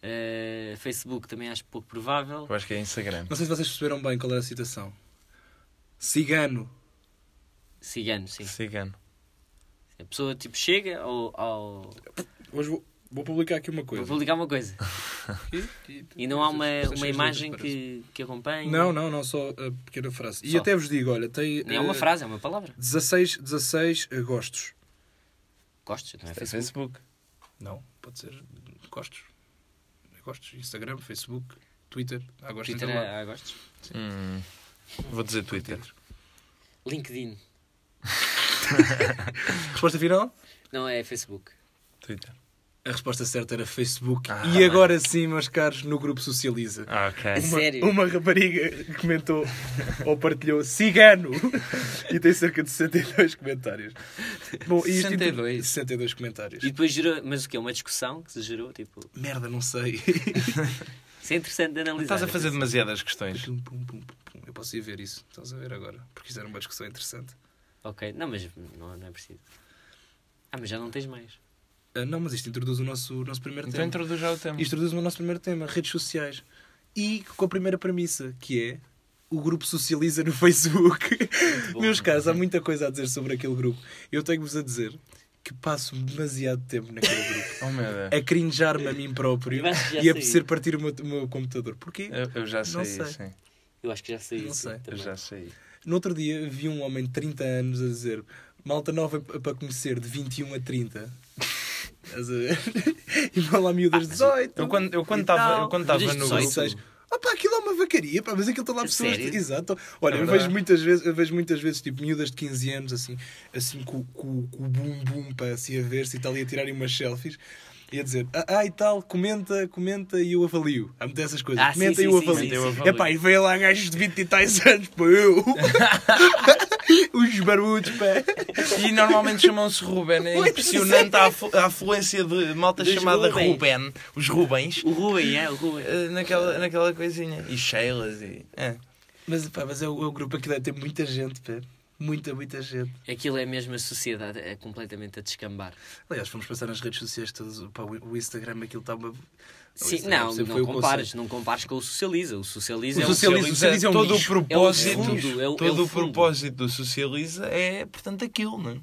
Speaker 3: Eh, Facebook também acho pouco provável.
Speaker 4: Eu acho que é Instagram.
Speaker 2: Não sei se vocês perceberam bem qual era a citação. Cigano.
Speaker 3: Cigano, sim.
Speaker 4: Cigano.
Speaker 3: A pessoa tipo chega ao. ao...
Speaker 2: Hoje vou, vou publicar aqui uma coisa.
Speaker 3: Vou ligar uma coisa. E não há uma,
Speaker 2: Estas
Speaker 3: uma
Speaker 2: cheias de
Speaker 3: imagem
Speaker 2: letras,
Speaker 3: que, que acompanhe.
Speaker 2: Não, não, não, só a pequena frase. E
Speaker 3: Só.
Speaker 2: até vos digo, olha, tem.
Speaker 3: É uma
Speaker 2: eh,
Speaker 3: frase, é uma palavra.
Speaker 2: 16, 16 gostos.
Speaker 3: Gostos, não é
Speaker 4: É
Speaker 3: Facebook.
Speaker 4: Facebook.
Speaker 2: Não, pode ser eh, gostos. Gostos, Instagram, Facebook, Twitter. Ah, gostos
Speaker 3: Twitter é-
Speaker 2: em todo lado.
Speaker 3: há gostos.
Speaker 4: Hum, vou dizer Twitter.
Speaker 3: LinkedIn.
Speaker 2: Resposta final?
Speaker 3: Não, é Facebook.
Speaker 4: Twitter.
Speaker 2: A resposta certa era Facebook.
Speaker 4: Ah,
Speaker 3: tá
Speaker 2: e
Speaker 4: bem.
Speaker 2: agora sim, meus caros, no grupo Socializa.
Speaker 4: Ah, ok.
Speaker 3: Esse-
Speaker 2: Uma,
Speaker 3: Sério?
Speaker 2: uma rapariga comentou ou partilhou cigano e tem cerca de 62 comentários. Bom, e isto-
Speaker 4: 62?
Speaker 2: 62 comentários.
Speaker 3: E depois gerou, mas o que é? Uma discussão que se gerou, tipo,
Speaker 2: Merda, não sei.
Speaker 3: isso é interessante de analisar.
Speaker 4: Estás a fazer demasiadas questões.
Speaker 2: Pum, pum, pum, pum. Eu posso ir ver isso. Estás a ver agora? Porque isso era uma discussão interessante.
Speaker 3: Ok, não, mas não, não é preciso. Ah, mas já não tens mais.
Speaker 2: Ah, não, mas isto introduz o nosso, o nosso primeiro
Speaker 4: Então
Speaker 2: tema.
Speaker 4: introduz já o tema.
Speaker 2: Isto introduz o nosso primeiro tema, redes sociais. E com a primeira premissa, que é o grupo socializa no Facebook. Meus caros, há muita coisa a dizer sobre aquele grupo. Eu tenho-vos a dizer que passo demasiado tempo naquele grupo.
Speaker 4: Oh, meu Deus.
Speaker 2: A crinjar-me a mim próprio
Speaker 3: Eu acho que já
Speaker 2: e a
Speaker 3: sei. É,
Speaker 2: ser partir o meu, o meu computador. Porquê?
Speaker 4: Eu, eu já sei,
Speaker 2: Não sei.
Speaker 4: sim.
Speaker 3: Eu acho que já saí.
Speaker 2: Não
Speaker 3: sim,
Speaker 2: sei, eu
Speaker 4: Eu
Speaker 3: também.
Speaker 4: já sei.
Speaker 2: No outro dia vi um homem de 30 anos a dizer malta nova p- para conhecer de 21 a 30. Estás a ver? E vão lá
Speaker 3: Ah,
Speaker 2: miúdas de 18.
Speaker 4: Eu quando eu quando
Speaker 2: e tal.
Speaker 4: estava eu quando
Speaker 3: Mas
Speaker 4: estava
Speaker 3: isto
Speaker 4: no
Speaker 3: só
Speaker 4: grupo,
Speaker 3: isso-
Speaker 2: Seis. Ah pá, aquilo é uma vacaria, pá, mas aquilo estão lá
Speaker 3: A
Speaker 2: pessoas.
Speaker 3: sério?
Speaker 2: Exato. Olha,
Speaker 4: É
Speaker 2: eu
Speaker 4: verdade.
Speaker 2: vejo muitas vezes, eu vejo muitas vezes tipo miúdas de 15 anos assim, assim com, com, com o bumbum para assim a ver-se e tal, e a tirarem umas selfies. E a dizer, ah, ah, e tal, comenta, comenta e eu avalio. Há muitas essas coisas.
Speaker 3: Ah, sim,
Speaker 2: comenta e
Speaker 3: sim,
Speaker 2: eu
Speaker 3: sim,
Speaker 2: avalio.
Speaker 4: sim, sim.
Speaker 2: É pá, e vem lá gajos de 20 e tais anos, pá, eu. Os barbudos, pá.
Speaker 4: E normalmente chamam-se Ruben. É impressionante a, aflu- a afluência de malta
Speaker 3: Dos
Speaker 4: chamada
Speaker 3: Rubens.
Speaker 4: Ruben. Os Rubens.
Speaker 3: O Rubem, é, o Rubem.
Speaker 4: eh, Naquela, naquela coisinha. E Sheilas e. é.
Speaker 2: Mas, pá, mas é o, é o grupo aqui deve ter muita gente, pá. Muita, muita gente.
Speaker 3: Aquilo é mesmo a sociedade, é completamente a descambar.
Speaker 2: Aliás, fomos passar nas redes sociais todas. Pá, o o Instagram, aquilo está uma.
Speaker 3: Sim,
Speaker 2: Isso é
Speaker 3: não,
Speaker 2: sempre
Speaker 3: não
Speaker 2: foi o
Speaker 3: compares, não compares com o socializa. O socializa
Speaker 2: O
Speaker 3: é um-
Speaker 2: socializa- o socializa é um
Speaker 4: todo o
Speaker 2: lixo.
Speaker 4: propósito,
Speaker 3: É um fundo, é o- é
Speaker 4: todo
Speaker 3: o
Speaker 4: o
Speaker 3: fundo.
Speaker 4: propósito do socializa é, portanto, aquilo, não é?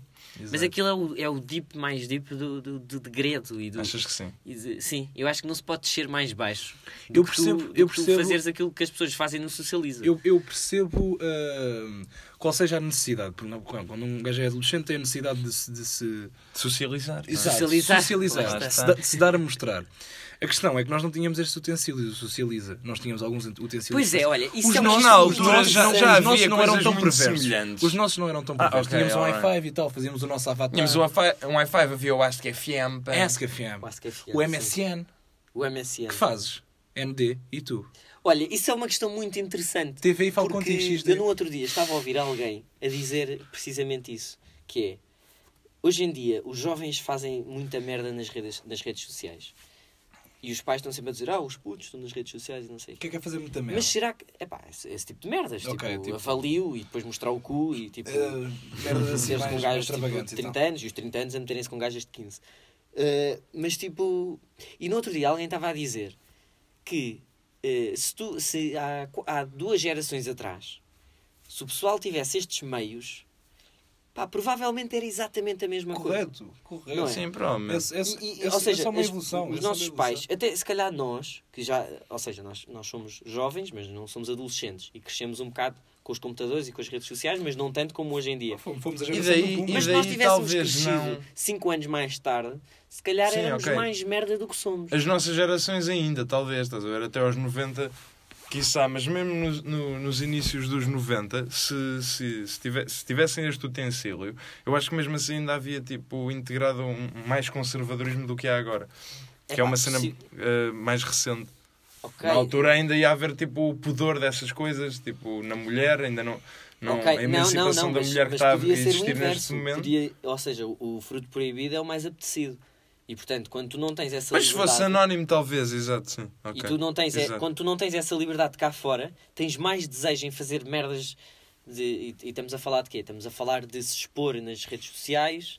Speaker 3: Mas aquilo é o, é o deep mais deep do, do, do degredo e do.
Speaker 4: Achas que sim?
Speaker 3: e de- sim, eu acho que não se pode descer mais baixo.
Speaker 2: Eu
Speaker 3: que
Speaker 2: percebo-
Speaker 3: tu, do
Speaker 2: eu
Speaker 3: que tu
Speaker 2: percebo-
Speaker 3: fazeres aquilo que as pessoas fazem no socializa.
Speaker 2: Eu, eu percebo ah, qual seja a necessidade. Porque não- quando um gajo é adolescente, tem a necessidade de se. De se
Speaker 4: Socializar. não é?
Speaker 2: Exato,
Speaker 3: Socializar.
Speaker 2: socializar,
Speaker 3: Lá
Speaker 2: de
Speaker 4: está.
Speaker 2: se, da- de se dar a mostrar. A questão é que nós não tínhamos estes utensílios, o Socializa. Nós tínhamos alguns utensílios.
Speaker 3: Pois é, olha, isso
Speaker 2: os
Speaker 3: é uma
Speaker 2: nossos,
Speaker 4: na
Speaker 3: questão-
Speaker 2: os
Speaker 4: altura
Speaker 2: nossos
Speaker 4: já-
Speaker 2: não,
Speaker 4: já
Speaker 2: os nossos
Speaker 4: havia
Speaker 2: não eram
Speaker 4: coisas
Speaker 2: tão
Speaker 4: muito
Speaker 2: perversos.
Speaker 4: semelhantes.
Speaker 2: Os nossos não eram tão
Speaker 4: Ah,
Speaker 2: perversos.
Speaker 4: ok,
Speaker 2: tínhamos um
Speaker 4: alright.
Speaker 2: i5 e tal, fazíamos o nosso avatar.
Speaker 4: Tínhamos um i5, um i5 havia o Ask FM. pá.
Speaker 3: É,
Speaker 2: Ask FM.
Speaker 3: Ask FM,
Speaker 2: O
Speaker 3: sim.
Speaker 2: MSN.
Speaker 3: O MSN.
Speaker 2: Que fazes? ND e tu?
Speaker 3: Olha, isso é uma questão muito interessante.
Speaker 2: TVI fala
Speaker 3: porque
Speaker 2: contigo, XD.
Speaker 3: Eu no outro dia estava a ouvir alguém a dizer precisamente isso, que é hoje em dia os jovens fazem muita merda nas redes, nas redes sociais. E os pais estão sempre a dizer, ah, os putos estão nas redes sociais e não sei o
Speaker 2: O que
Speaker 3: quê.
Speaker 2: é que é fazer muita merda?
Speaker 3: Mas será que. Epá, esse, esse tipo de merdas.
Speaker 2: Ok,
Speaker 3: tipo,
Speaker 2: tipo-
Speaker 3: avalio e depois mostrar o cu e tipo.
Speaker 2: Eh, merdas assim
Speaker 3: Seres
Speaker 2: mais
Speaker 3: com gajos tipo,
Speaker 2: extravagantes
Speaker 3: de
Speaker 2: e tal.
Speaker 3: 30 anos e os 30 anos a meterem-se com gajas de 15. Uh, mas tipo. E no outro dia alguém estava a dizer que uh, se, tu, se há, qu- há duas gerações atrás, se o pessoal tivesse estes meios, pá, provavelmente era exatamente a mesma coisa.
Speaker 2: Correto, correto.
Speaker 3: Não é?
Speaker 4: Sim, pronto. mas-
Speaker 2: Esse- esse-
Speaker 3: E- e-
Speaker 2: esse-
Speaker 3: ou
Speaker 2: é
Speaker 3: seja,
Speaker 2: só uma
Speaker 3: as-
Speaker 2: evolução, é
Speaker 3: os
Speaker 2: só uma
Speaker 3: nossos
Speaker 2: evolução.
Speaker 3: pais, até se calhar nós, que já, ou seja, nós, nós somos jovens, mas não somos adolescentes e crescemos um bocado com os computadores e com as redes sociais, mas não tanto como hoje em dia.
Speaker 2: Ah, Fomos, fomos a
Speaker 4: E
Speaker 2: geração
Speaker 4: daí-
Speaker 2: do boom.
Speaker 4: e
Speaker 3: Mas se
Speaker 4: daí
Speaker 3: nós tivéssemos
Speaker 4: talvez não.
Speaker 3: crescido 5 anos mais tarde, se calhar
Speaker 4: Sim,
Speaker 3: éramos
Speaker 4: ok.
Speaker 3: mais merda do que somos.
Speaker 4: As nossas gerações ainda, talvez, estás a ver? Até aos 90, quiçá, mas mesmo nos, no- nos inícios dos 90, se, se, se, tive- se tivessem este utensílio, eu acho que mesmo assim ainda havia tipo integrado um, mais conservadorismo do que há agora. Que é
Speaker 3: Epá,
Speaker 4: uma cena
Speaker 3: se-
Speaker 4: eh, mais recente.
Speaker 3: Ok.
Speaker 4: Na altura ainda ia haver tipo o pudor dessas coisas, tipo na mulher, ainda não. não
Speaker 3: Ok,
Speaker 4: A emancipação da
Speaker 3: mas-
Speaker 4: mulher
Speaker 3: mas
Speaker 4: que está a
Speaker 3: podia ser o
Speaker 4: existir neste
Speaker 3: inverso.
Speaker 4: momento.
Speaker 3: Podia- ou seja, o, o fruto proibido é o mais apetecido. E portanto, quando tu não tens essa
Speaker 4: Mas se
Speaker 3: liberdade.
Speaker 4: fosse anónimo, talvez, exato, sim. Ok.
Speaker 3: E tu não tens, é-
Speaker 4: Exato.
Speaker 3: quando tu não tens essa liberdade cá fora, tens mais desejo em fazer merdas. De, e, e estamos a falar de quê? Estamos a falar de se expor nas redes sociais,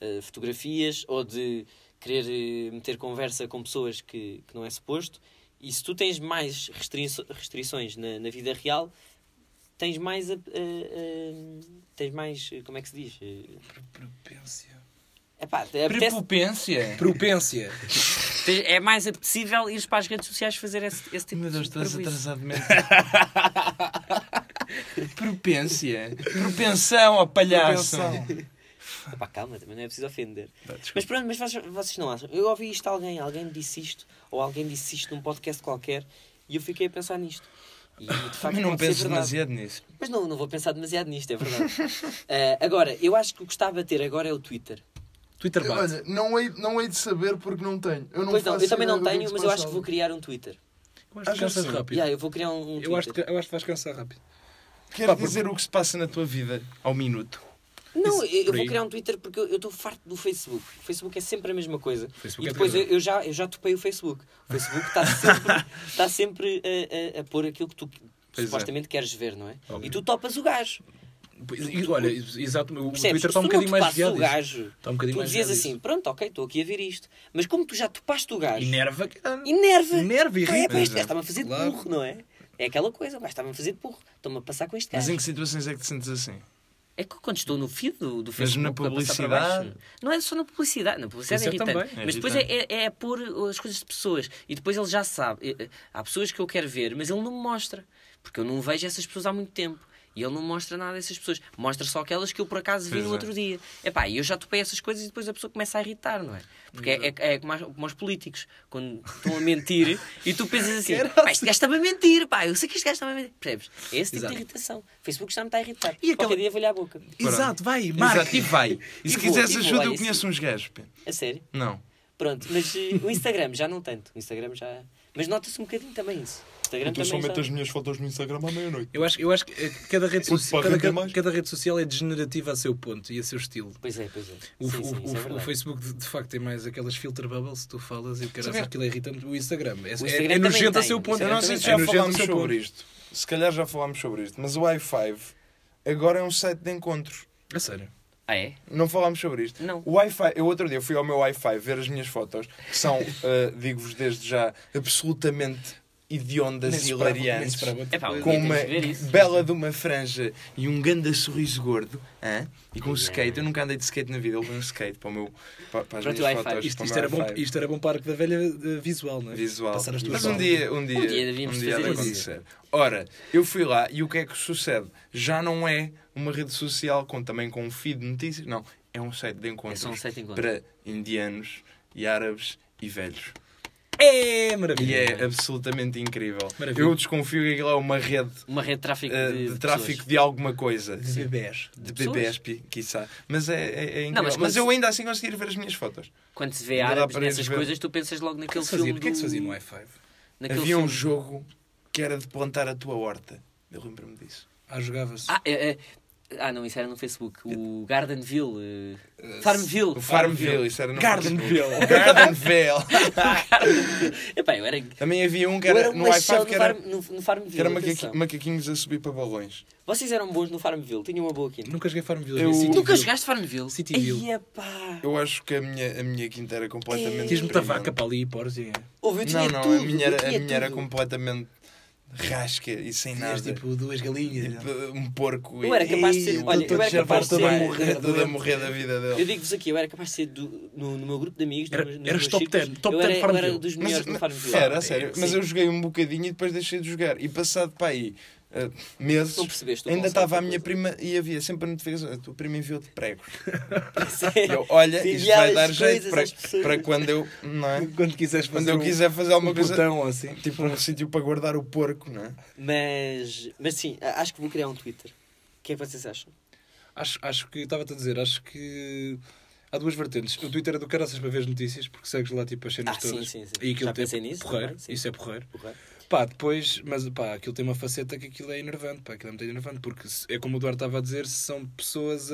Speaker 3: eh, fotografias, ou de querer eh, meter conversa com pessoas que, que não é suposto. E se tu tens mais restriço- restrições na, na vida real, tens mais. a- a- a- tens mais. eh, Como é que se diz? Eh,
Speaker 2: Propência.
Speaker 3: Epá, apetece,
Speaker 4: Prepupência.
Speaker 2: Propência.
Speaker 3: Te- É mais apetecível ires para as redes sociais fazer esse, esse tipo
Speaker 4: Meu Deus,
Speaker 3: de
Speaker 4: estás
Speaker 3: prejuízo.
Speaker 4: atrasado mesmo. Propência. Propensão ao palhaço.
Speaker 3: Pá, calma, também não é preciso ofender.
Speaker 4: desculpa.
Speaker 3: mas pronto, mas vocês, vocês não acham? Eu ouvi isto de alguém, alguém disse isto, ou alguém disse isto num podcast qualquer, e eu fiquei a pensar nisto. E de facto
Speaker 4: Também não
Speaker 3: pode ser
Speaker 4: penso
Speaker 3: verdade.
Speaker 4: demasiado nisso.
Speaker 3: Mas não, não vou pensar demasiado nisto, é verdade. Ah, agora, eu acho que o que está a bater agora é o Twitter.
Speaker 2: Twitter
Speaker 5: Eu,
Speaker 2: bate.
Speaker 5: Olha, É, não hei, não hei de saber porque não tenho. Eu não
Speaker 3: pois não,
Speaker 5: faço
Speaker 3: eu também não
Speaker 5: ideia do é
Speaker 3: tenho,
Speaker 5: se
Speaker 3: mas eu acho
Speaker 5: passava.
Speaker 3: que vou criar um Twitter.
Speaker 2: Eu acho que
Speaker 4: Acho
Speaker 2: cansas
Speaker 4: que sim.
Speaker 2: rápido.
Speaker 3: Yeah, eu vou criar um, um Twitter.
Speaker 2: Eu acho, que, eu acho que vais cansar rápido.
Speaker 4: Quero
Speaker 2: porque-
Speaker 4: dizer o que se passa na tua vida ao minuto.
Speaker 3: Não,
Speaker 2: Isso,
Speaker 3: eu, eu
Speaker 2: por
Speaker 3: vou
Speaker 2: aí.
Speaker 3: criar um Twitter porque eu eu estou farto do Facebook. O Facebook é sempre a mesma coisa.
Speaker 2: Facebook
Speaker 3: e
Speaker 2: é
Speaker 3: depois eu,
Speaker 2: terrível.
Speaker 3: eu já, eu já topei o Facebook. O Facebook está sempre, tá sempre a, a- a pôr aquilo que tu
Speaker 4: Pois é.
Speaker 3: supostamente queres ver, não é? E tu topas o gajo.
Speaker 2: E, olha, exato, o
Speaker 3: Percebes?
Speaker 2: Twitter está um
Speaker 3: Se tu
Speaker 2: bocadinho
Speaker 3: não
Speaker 2: mais
Speaker 3: topasse
Speaker 2: viado.
Speaker 3: o
Speaker 2: isso.
Speaker 3: gajo,
Speaker 2: Está um bocadinho
Speaker 3: tu
Speaker 2: mais
Speaker 3: dizias
Speaker 2: viado
Speaker 3: assim,
Speaker 2: isso.
Speaker 3: pronto, ok, estou aqui a ver isto. Mas como tu já topaste o gajo,
Speaker 2: Inerva.
Speaker 3: enerva.
Speaker 2: Inerva e
Speaker 3: Pá,
Speaker 2: irrita.
Speaker 3: É, pá, este gajo está-me a fazer de
Speaker 2: Claro.
Speaker 3: burro, não é? É aquela coisa, o gajo está-me a fazer de burro. Estou-me a passar com este
Speaker 4: Mas
Speaker 3: gajo.
Speaker 4: em que situações é que te sentes assim?
Speaker 3: É que quando estou no feed do, do
Speaker 4: Mas
Speaker 3: Facebook...
Speaker 4: na
Speaker 3: a passar para
Speaker 4: publicidade?
Speaker 3: baixo- Não é só na publicidade. Na publicidade é
Speaker 2: Isso é
Speaker 3: irritante.
Speaker 2: também.
Speaker 4: É
Speaker 3: mas depois é,
Speaker 4: irritante.
Speaker 3: é, é pôr as coisas de pessoas. E depois ele já sabe. Eh, eh, Há pessoas que eu quero ver, mas ele não me mostra. Porque eu não vejo essas pessoas há muito tempo. E ele não mostra nada dessas pessoas. Mostra só aquelas que eu por acaso vi
Speaker 4: Pois
Speaker 3: no
Speaker 4: é.
Speaker 3: outro dia. Epá, e eu já topei essas coisas e depois a pessoa começa a irritar, não é? Porque é, é, é como, as- como os políticos. Quando estão a mentir e tu pensas assim... Pá, este gajo estava a mentir, pá. Eu sei que este gajo estava a mentir. Percebes? É esse tipo
Speaker 2: Exato.
Speaker 3: de irritação. O Facebook já me está a irritar.
Speaker 2: E
Speaker 3: Qualquer
Speaker 2: aquela-
Speaker 3: dia vou-lhe à boca.
Speaker 2: Exato, vai,
Speaker 4: Exato, e vai. E se
Speaker 3: E vou,
Speaker 4: quiseres
Speaker 3: e vou,
Speaker 4: ajuda,
Speaker 3: olha,
Speaker 4: eu
Speaker 3: isso-
Speaker 4: conheço uns gajos. pá.
Speaker 3: A sério?
Speaker 4: Não.
Speaker 3: Pronto, mas eh, o Instagram já não tanto. O Instagram já. Mas nota-se um bocadinho também isso. O Instagram também já...
Speaker 5: minhas fotos no Instagram à meia-noite.
Speaker 2: Eu acho, eu acho que eh, cada rede,
Speaker 5: Porque
Speaker 2: social,
Speaker 5: para
Speaker 2: cada,
Speaker 5: render
Speaker 2: cada-
Speaker 5: mais.
Speaker 2: cada rede social é degenerativa a seu ponto e a seu estilo.
Speaker 3: Pois é, pois é.
Speaker 2: O,
Speaker 3: sim,
Speaker 2: o-
Speaker 3: sim, isso
Speaker 2: o-
Speaker 3: é
Speaker 2: o
Speaker 3: verdade.
Speaker 2: Facebook, de, de facto, tem mais aquelas filter bubbles, tu falas e o cara
Speaker 4: Sabe-
Speaker 2: aquilo irrita-me. O Instagram é,
Speaker 3: é. Instagram
Speaker 2: é- é
Speaker 3: também
Speaker 2: nojento a
Speaker 3: tem,
Speaker 2: seu
Speaker 3: o
Speaker 2: ponto.
Speaker 3: Instagram
Speaker 4: Eu não sei
Speaker 3: também
Speaker 2: é
Speaker 4: se já
Speaker 2: nojento a
Speaker 4: falámos
Speaker 2: seu ponto.
Speaker 4: sobre isto. Se calhar já falámos sobre isto. Mas o i5 agora é um site de encontros.
Speaker 2: A sério.
Speaker 3: Ah, é?
Speaker 4: Não falámos sobre isto.
Speaker 3: Não.
Speaker 4: O Wi-Fi, eu outro dia fui ao meu Wi-Fi ver as minhas fotos, que são, eh, digo-vos desde já, absolutamente
Speaker 2: Nem
Speaker 4: idiondas e
Speaker 2: esperava- nem
Speaker 4: hilariantes.
Speaker 2: esperava outra
Speaker 3: Epá,
Speaker 2: coisa.
Speaker 4: Com
Speaker 3: Temos
Speaker 4: uma
Speaker 3: de ver isso.
Speaker 4: bela de uma franja e um ganda sorriso gordo, hã? e com um
Speaker 3: Yeah.
Speaker 4: skate. Eu nunca andei de skate na vida, ele deu um skate para, o meu, para, para as
Speaker 3: Para o teu
Speaker 4: minhas
Speaker 3: Wi-Fi.
Speaker 4: fotos.
Speaker 2: Isto,
Speaker 4: para o
Speaker 2: isto
Speaker 4: meu
Speaker 2: era bom,
Speaker 4: Wi-Fi.
Speaker 2: isto era bom para Arco da Velha eh, visual, não é?
Speaker 4: Visual.
Speaker 2: Passar as tuas
Speaker 4: Mas um
Speaker 2: fotos.
Speaker 4: dia, um dia,
Speaker 3: Um dia devíamos
Speaker 4: um dia há de
Speaker 3: fazer isso.
Speaker 4: acontecer. Ora, eu fui lá e o que é que sucede? Já não é uma rede social com, também com um feed de notícias, não. É um site de encontros
Speaker 3: É só um site de encontros.
Speaker 4: para indianos e árabes e velhos.
Speaker 2: É
Speaker 4: E
Speaker 2: maravilha.
Speaker 4: é absolutamente incrível.
Speaker 2: Maravilha.
Speaker 4: Eu desconfio que aquilo é uma rede
Speaker 3: Uma rede de tráfico
Speaker 4: eh,
Speaker 3: de,
Speaker 4: de,
Speaker 3: de
Speaker 4: tráfico
Speaker 3: pessoas.
Speaker 4: de alguma coisa.
Speaker 2: De bebés.
Speaker 4: De
Speaker 3: pessoas.
Speaker 4: BBSP, quiçá. Mas é, é- é incrível.
Speaker 3: Não, mas
Speaker 4: mas
Speaker 3: quando se-
Speaker 4: eu ainda assim consegui ver as minhas fotos.
Speaker 3: Quando se vê
Speaker 4: Não dá
Speaker 3: árabes
Speaker 4: para
Speaker 3: nessas
Speaker 4: eles ver.
Speaker 3: coisas, tu pensas logo
Speaker 2: O que é
Speaker 3: naquele
Speaker 2: que se fazia?
Speaker 3: filme.
Speaker 2: O que é que se
Speaker 3: do-
Speaker 2: fazia no i5?
Speaker 3: Naquele
Speaker 4: Havia um
Speaker 3: filme-
Speaker 4: jogo que era de plantar a tua horta. Eu lembro-me disso.
Speaker 2: Ah, jogava-se.
Speaker 3: Ah, é, é. ah, não, isso era no Facebook.
Speaker 2: Eh,
Speaker 3: O Gardenville. eh, Farmville.
Speaker 4: O Farmville, isso era no
Speaker 2: Gardenville.
Speaker 4: Gardenville.
Speaker 3: Epá, eu era.
Speaker 4: Também havia um que
Speaker 3: Eu
Speaker 4: era,
Speaker 3: era um
Speaker 4: no
Speaker 3: machão
Speaker 4: i5
Speaker 3: no,
Speaker 4: que era,
Speaker 3: farm, no, no
Speaker 4: que
Speaker 3: Farmville.
Speaker 4: era
Speaker 3: atenção.
Speaker 4: macaquinho- macaquinhos a subir para balões.
Speaker 3: Vocês eram bons no Farmville, tinham uma boa quinta.
Speaker 2: Nunca joguei Farmville.
Speaker 4: Eu-
Speaker 2: joguei Cityville.
Speaker 3: Nunca jogaste Farmville?
Speaker 2: Cityville.
Speaker 3: Ai, epá.
Speaker 4: Eu acho que a minha, a minha quinta era
Speaker 2: Diz-me
Speaker 4: completamente.
Speaker 2: a
Speaker 4: experimental.
Speaker 2: vaca para ali e pôres e é.
Speaker 3: Ouve, eu tinha
Speaker 4: Não, não,
Speaker 3: tudo.
Speaker 4: a minha,
Speaker 3: eu
Speaker 4: era, a
Speaker 3: tinha
Speaker 4: minha era
Speaker 3: tudo.
Speaker 4: completamente rasca e sem nada.
Speaker 2: Tinhas tipo duas galinhas.
Speaker 4: Tipo, um porco
Speaker 3: Eu
Speaker 4: e-
Speaker 3: era capaz de
Speaker 2: Ei,
Speaker 3: ser.
Speaker 2: eu
Speaker 3: Olha,
Speaker 2: tô
Speaker 3: eu era
Speaker 2: já
Speaker 3: capaz de
Speaker 2: farto de
Speaker 3: ser. um
Speaker 2: morrer.
Speaker 4: toda a morrer da vida
Speaker 3: Eu
Speaker 4: dele.
Speaker 3: digo-vos aqui, eu era capaz de ser do- no, no meu grupo de amigos.
Speaker 2: Era-
Speaker 3: dos meus- dos
Speaker 2: eras
Speaker 3: meus
Speaker 2: top
Speaker 3: círculos,
Speaker 2: 10, top
Speaker 3: eu
Speaker 2: 10
Speaker 3: era, Eu era
Speaker 2: Farmville.
Speaker 3: dos
Speaker 4: Mas-
Speaker 3: melhores no
Speaker 4: mas-
Speaker 3: Farmville.
Speaker 4: era, a sério. Mas
Speaker 3: Sim.
Speaker 4: eu joguei um bocadinho e depois deixei de jogar. E passado para aí ah, meses,
Speaker 3: Não percebeste o
Speaker 4: ainda
Speaker 3: conceito
Speaker 4: estava a
Speaker 3: da
Speaker 4: minha
Speaker 3: coisa.
Speaker 4: prima e havia sempre a notificação: a tua prima enviou-te pregos. E
Speaker 3: Sério.
Speaker 4: eu, olha,
Speaker 3: Sim,
Speaker 4: isto
Speaker 3: já
Speaker 4: vai
Speaker 3: as
Speaker 4: dar jeito
Speaker 3: coisas
Speaker 4: para,
Speaker 3: às pessoas.
Speaker 4: para quando eu. Não é?
Speaker 2: Quando quiseres fazer
Speaker 4: Quando eu
Speaker 2: um-
Speaker 4: quiser fazer alguma
Speaker 2: um
Speaker 4: coisa.
Speaker 2: portão, assim.
Speaker 4: Tipo um sítio para guardar o porco, não é?
Speaker 3: Mas, mas sim, a- acho que vou criar um Twitter. O que é que vocês acham?
Speaker 2: Acho, acho que estava-te a dizer, acho que há duas vertentes. O Twitter é do caraças para ver as notícias, porque segues lá tipo as cenas
Speaker 3: Ah, sim,
Speaker 2: todas.
Speaker 3: sim, sim.
Speaker 2: E aquilo
Speaker 3: Já
Speaker 2: tem
Speaker 3: pensei nisso
Speaker 2: porreiro,
Speaker 3: também, sim.
Speaker 2: isso é porreiro.
Speaker 3: Porra.
Speaker 2: Pá, depois, mas pá, aquilo tem uma faceta que aquilo é enervante, pá, aquilo é muito enervante, porque se- é como o Eduardo estava a dizer, são pessoas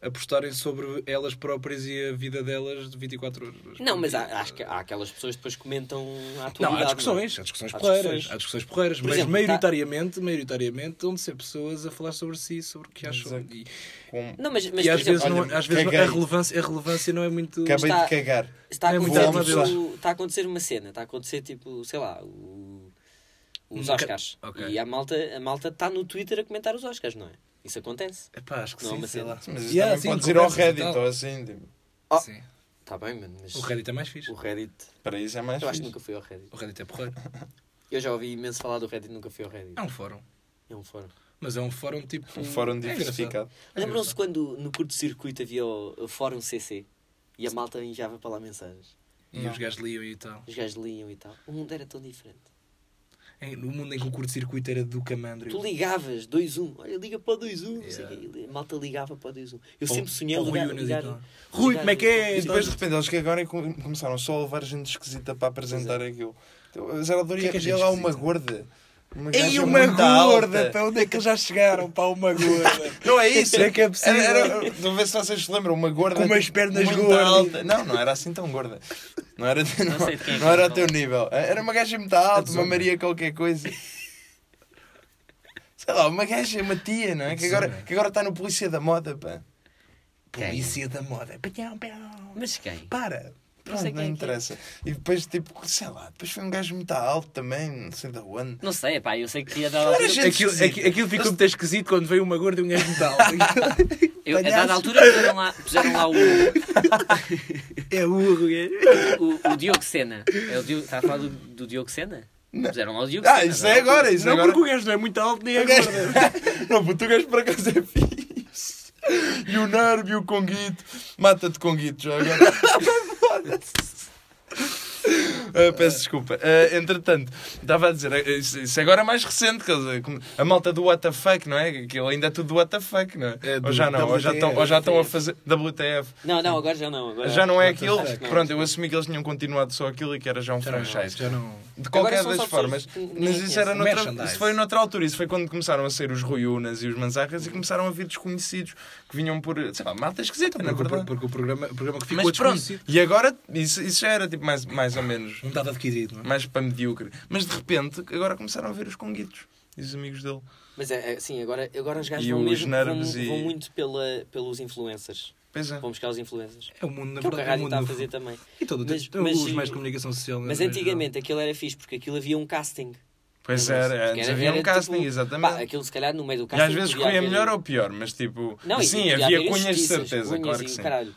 Speaker 2: a apostarem sobre elas próprias e a vida delas de 24 horas.
Speaker 3: Não, mas há, acho que há aquelas pessoas que depois comentam a atualidade. é?
Speaker 2: Não, há discussões, há discussões
Speaker 3: Há
Speaker 2: porreiras,
Speaker 3: discussões.
Speaker 2: há discussões porreiras,
Speaker 3: Por
Speaker 2: mas
Speaker 3: exemplo, tá-
Speaker 2: maioritariamente, maioritariamente, onde ser pessoas a falar sobre si, sobre o que acham.
Speaker 4: Exato.
Speaker 2: E,
Speaker 4: Com...
Speaker 3: Não, mas, mas
Speaker 2: e
Speaker 3: por
Speaker 2: às vezes,
Speaker 3: exemplo,
Speaker 2: não,
Speaker 4: olha,
Speaker 2: às vezes não- a,
Speaker 4: caguei.
Speaker 2: relevância, a relevância não é muito.
Speaker 4: Acabei
Speaker 3: Está-
Speaker 4: de cagar.
Speaker 3: está a
Speaker 2: É muito
Speaker 3: acontecer,
Speaker 2: alma
Speaker 3: tipo, está a acontecer uma cena, está a acontecer tipo, sei lá, o- os
Speaker 2: Nunca-
Speaker 3: Oscars.
Speaker 2: Ok.
Speaker 3: E a malta a malta está no Twitter a comentar os Oscars, não é? Isso acontece.
Speaker 2: Epá, acho que
Speaker 3: Não,
Speaker 2: sim,
Speaker 3: mas
Speaker 2: sei
Speaker 3: é-
Speaker 2: lá.
Speaker 4: Mas isso
Speaker 2: Yeah,
Speaker 4: também
Speaker 2: sim,
Speaker 4: pode ir ao
Speaker 2: conversas e
Speaker 4: Reddit
Speaker 2: tal.
Speaker 4: ou assim. tipo,
Speaker 3: Ah.
Speaker 2: Sim.
Speaker 3: Está Está bem, mano, mas
Speaker 2: O Reddit é mais fixe.
Speaker 3: o Reddit.
Speaker 4: Para isso é mais
Speaker 3: Eu acho que
Speaker 4: fixe.
Speaker 3: nunca fui ao Reddit.
Speaker 2: O Reddit é porreiro.
Speaker 3: Eu já ouvi imenso falar do Reddit, nunca fui ao Reddit.
Speaker 2: É um fórum.
Speaker 3: É um fórum.
Speaker 2: Mas é um fórum tipo.
Speaker 4: Um fórum
Speaker 2: é engraçado.
Speaker 4: diversificado.
Speaker 3: Lembram-se quando no curto-circuito havia o, o Fórum CC e a malta enviava para lá mensagens?
Speaker 2: E os gajos liam e tal.
Speaker 3: Os gajos liam e tal. O mundo era tão diferente.
Speaker 2: Em- no mundo em que o curto-circuito era do Camandro.
Speaker 3: Tu ligavas 2-1, olha, liga para o 2-1, não sei o
Speaker 2: Yeah.
Speaker 3: quê. a malta ligava para o 2-1.
Speaker 2: Para
Speaker 3: Eu
Speaker 2: o-
Speaker 3: sempre sonhei
Speaker 2: para o Rui
Speaker 3: ligar,
Speaker 2: Unas e
Speaker 3: ligar, um.
Speaker 2: tal.
Speaker 3: ligar.
Speaker 2: Rui, como é que é?
Speaker 4: E depois de repente eles cagaram e com- começaram só a levar gente esquisita para apresentar aquilo. Então, A
Speaker 2: Que
Speaker 4: zeladoria
Speaker 2: é que é
Speaker 4: havia
Speaker 2: gente
Speaker 4: lá uma
Speaker 2: esquisita?
Speaker 4: gorda. Uma
Speaker 2: Ei,
Speaker 4: gaja
Speaker 2: uma
Speaker 4: muito
Speaker 2: gorda!
Speaker 4: alta.
Speaker 2: Para onde é que eles já chegaram? Para uma gorda!
Speaker 4: Não é isso?
Speaker 2: Isso é que é possível.
Speaker 4: Era, era, vou ver se vocês se lembram, uma gorda.
Speaker 2: Com umas
Speaker 4: tipo,
Speaker 2: pernas
Speaker 4: muito
Speaker 2: gordas.
Speaker 4: alta. Não, não era assim tão gorda. Não era, não,
Speaker 3: sei de quem é que
Speaker 4: não
Speaker 3: estás a
Speaker 4: era ao teu nível. Era uma gaja muito
Speaker 2: É
Speaker 4: alta, uma Maria qualquer coisa. Sei lá, uma gaja, uma tia, não é? Que agora, que agora está no Polícia da Moda, pá.
Speaker 2: Polícia da moda. Pinhão, pinhão.
Speaker 3: Mas quem?
Speaker 2: Para!
Speaker 4: Pronto, não,
Speaker 2: é
Speaker 4: interessa. E depois, tipo, sei lá, depois foi um gajo muito alto também, não sei da onde.
Speaker 3: Não sei, pá, eu sei que a dada
Speaker 4: Era
Speaker 3: altura,
Speaker 4: gente
Speaker 2: Aquilo,
Speaker 4: esquisita.
Speaker 2: aquilo, aquilo ficou muito esquisito quando veio uma gorda e um gajo metal.
Speaker 3: eu, a
Speaker 4: palhaço.
Speaker 3: dada altura puseram lá, puseram lá o,
Speaker 2: é burro,
Speaker 3: o, o Diogo Sena. É o Diogo, está a falar do, do Diogo Sena? Puseram lá o Diogo
Speaker 4: Ah,
Speaker 3: Sena,
Speaker 4: isso
Speaker 3: dada
Speaker 4: é agora, isso é
Speaker 2: Não
Speaker 4: agora.
Speaker 2: porque o gajo não é muito alto nem é
Speaker 4: O gajo-
Speaker 2: gordo.
Speaker 4: Não, puto, o gajo por acaso é fixe. E o Narb e o Conguito. Mata-te, Conguito, já agora. Ah, peço desculpa. Ah, entretanto, estava a dizer, ah, isso, isso agora é mais recente, quer dizer, como- a malta do WTF, não é? Aquilo ainda é tudo WTF, não é?
Speaker 2: É, do
Speaker 4: ou já não, ou já estão ou já estão a
Speaker 3: WTF.
Speaker 4: fazer. WTF.
Speaker 3: altura. Não, não, agora já não. Agora,
Speaker 4: Já não é aquilo?
Speaker 3: Acho que não.
Speaker 4: Pronto, eu assumi que eles tinham continuado só aquilo e que era já um franchise.
Speaker 2: Já não.
Speaker 4: De qualquer
Speaker 3: Agora são
Speaker 4: das
Speaker 3: só pessoas
Speaker 4: formas.
Speaker 3: que assim. ninguém
Speaker 4: Mas isso,
Speaker 3: conhece.
Speaker 4: era noutra,
Speaker 2: Merchandise.
Speaker 4: isso foi noutra altura. Isso foi quando começaram a sair os Ruiunas e os Manzarras e começaram a vir desconhecidos que vinham por, sei lá, malta esquisita, na
Speaker 2: Porque,
Speaker 4: É, verdade.
Speaker 2: porque, o programa, o programa que ficou
Speaker 4: Mas pronto,
Speaker 2: desconhecido.
Speaker 4: e agora isso, isso já era tipo mais, mais ou menos,
Speaker 2: Não estava adquirido, não é?
Speaker 4: mais para medíocre. Mas de repente, agora começaram a vir os conguitos e os amigos dele.
Speaker 3: Mas é, é sim, agora, agora os gajos
Speaker 4: E
Speaker 3: vão,
Speaker 4: os
Speaker 3: mesmo, vão,
Speaker 4: nerds e-
Speaker 3: vão muito pela, pelos influencers.
Speaker 4: Pois é.
Speaker 3: Vão buscar os influencers.
Speaker 2: É o mundo, na
Speaker 3: que é o que
Speaker 2: verdade, é
Speaker 3: a
Speaker 2: o
Speaker 3: rádio
Speaker 2: mundo
Speaker 3: está a
Speaker 2: no
Speaker 3: fazer
Speaker 2: fundo.
Speaker 3: também.
Speaker 2: E todo o
Speaker 3: Mas-
Speaker 2: tempo.
Speaker 3: mas-
Speaker 2: Os meios de comunicação social. né?
Speaker 3: Mas
Speaker 4: é.
Speaker 2: no geral.
Speaker 3: antigamente aquilo era fixe porque aquilo havia um casting.
Speaker 4: Pois
Speaker 3: Não é?
Speaker 4: era,
Speaker 3: Porque
Speaker 4: antes havia um
Speaker 3: tipo,
Speaker 4: casting,
Speaker 3: Pá,
Speaker 4: exatamente.
Speaker 3: aquilo se calhar no meio do
Speaker 4: E
Speaker 3: casting.
Speaker 4: às vezes
Speaker 3: podia
Speaker 4: corria
Speaker 3: haver-
Speaker 4: melhor ou pior, mas tipo,
Speaker 3: Não, e
Speaker 4: sim,
Speaker 3: podia
Speaker 4: havia
Speaker 3: haver
Speaker 4: cunhas de
Speaker 3: injustiças,
Speaker 4: certeza,
Speaker 3: cunhas
Speaker 4: claro
Speaker 3: e
Speaker 4: que
Speaker 3: o
Speaker 4: sim.
Speaker 3: caralho.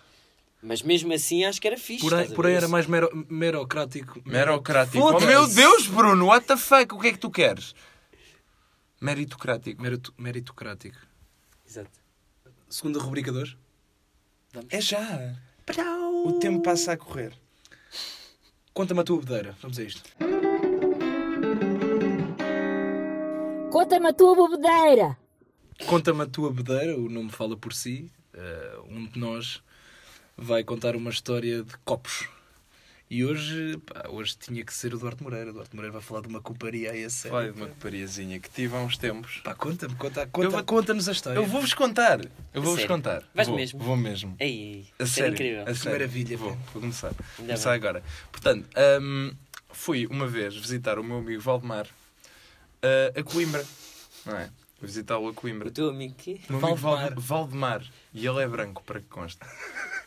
Speaker 3: Mas mesmo assim acho que era fixe. estás
Speaker 2: Porém,
Speaker 3: a
Speaker 2: porém
Speaker 3: ver?
Speaker 2: era mais mero, merocrático.
Speaker 4: Merocrático. Oh
Speaker 2: Foda-se.
Speaker 4: meu Deus, Bruno, what the fuck? O que é que tu queres? Meritocrático.
Speaker 2: Merito- meritocrático.
Speaker 3: Exato.
Speaker 2: Segunda rubrica de hoje.
Speaker 4: É já. O tempo passa a correr.
Speaker 2: Conta-me a tua bedeira. Vamos a isto.
Speaker 1: Conta-me a tua bobedeira.
Speaker 2: Conta-me a tua bedeira, o nome fala por si. Eh, um de nós vai contar uma história de copos. E hoje, pá, hoje tinha que ser o Duarte Moreira. O Duarte Moreira vai falar de uma coparia aí a sério.
Speaker 4: Vai de uma copariazinha que tive há uns tempos.
Speaker 2: Pá, conta-me, conta, conta,
Speaker 4: Eu vou-
Speaker 2: conta-nos a história.
Speaker 4: Eu vou-vos contar. Eu vou-vos
Speaker 3: sério?
Speaker 4: contar.
Speaker 3: Vais
Speaker 4: vou,
Speaker 3: mesmo?
Speaker 4: Vou mesmo.
Speaker 3: Ei, isso
Speaker 4: A
Speaker 3: era
Speaker 4: sério.
Speaker 3: incrível.
Speaker 4: A sério.
Speaker 2: maravilha,
Speaker 4: Vou,
Speaker 2: pá.
Speaker 4: vou começar. Vou
Speaker 3: bem.
Speaker 4: começar agora. Portanto, hum, fui uma vez visitar o meu amigo Valdemar uh, a Coimbra. Não é? Fui visitá-lo a Coimbra.
Speaker 3: O teu amigo quê?
Speaker 4: O meu amigo
Speaker 2: Valdemar.
Speaker 4: Valde- Valdemar. E ele é branco, para que conste.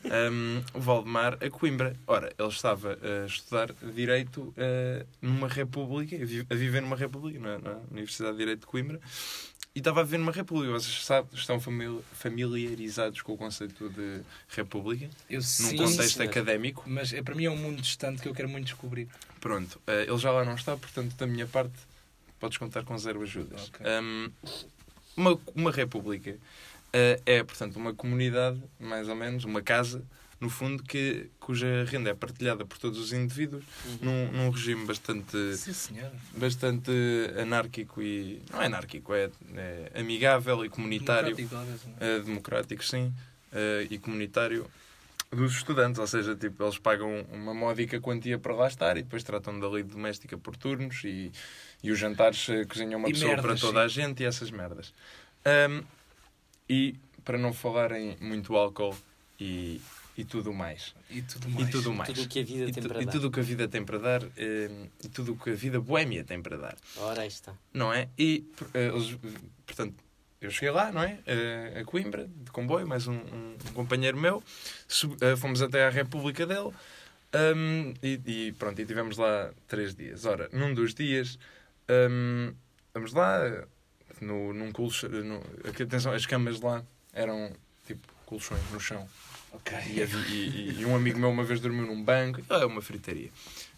Speaker 4: Um, o Valdemar a Coimbra. Ora, ele estava a estudar Direito eh, numa república, a vi- a viver numa república, na, na é? Universidade de Direito de Coimbra, e estava a viver numa república. Vocês sabem, estão famili- familiarizados com o conceito de república,
Speaker 2: Eu
Speaker 4: num
Speaker 2: sim,
Speaker 4: contexto
Speaker 3: senhor.
Speaker 4: académico.
Speaker 2: mas é, para mim é um mundo distante que eu quero muito descobrir.
Speaker 4: Pronto, eh, ele já lá não está, portanto, da minha parte, podes contar com zero ajudas.
Speaker 2: Ok.
Speaker 4: Um, uma, uma república eh, é, portanto, uma comunidade, mais ou menos, uma casa, no fundo, que, cuja renda é partilhada por todos os indivíduos num, num regime bastante,
Speaker 2: Uhum. Sim, senhora.
Speaker 4: bastante anárquico e. Não é anárquico, é, é amigável e comunitário.
Speaker 2: Democrático, talvez, não é?
Speaker 4: Uh, democrático, sim, uh, e comunitário dos estudantes, ou seja, tipo, eles pagam uma módica quantia para lá estar e depois tratam da lei doméstica por turnos e, e os jantares uh, cozinham uma
Speaker 2: E
Speaker 4: pessoa
Speaker 2: merdas,
Speaker 4: para toda
Speaker 2: sim.
Speaker 4: a gente e essas merdas. Um, e para não falarem muito álcool e, e tudo mais.
Speaker 2: E tudo mais.
Speaker 4: E tudo mais.
Speaker 3: Tudo o que a vida
Speaker 4: E
Speaker 3: tem
Speaker 4: tu-
Speaker 3: para
Speaker 4: e
Speaker 3: dar.
Speaker 4: tudo o que a vida tem para dar um, e tudo o que a vida boémia tem para dar
Speaker 3: Ora, aí está.
Speaker 4: não é? E, por- eh, eles, portanto, eu cheguei lá, não é? Eh, A Coimbra, de comboio, mais um, um- um companheiro meu. Sub- eh, fomos até à República dele Ahm, e, e pronto, e tivemos lá três dias. Ora, num dos dias, ahm, vamos lá, eh, no, num colchão. No, aqui, atenção, as camas lá eram tipo colchões no chão. E, havia- e- e um amigo meu uma vez dormiu num banco. Aquilo é uma fritaria.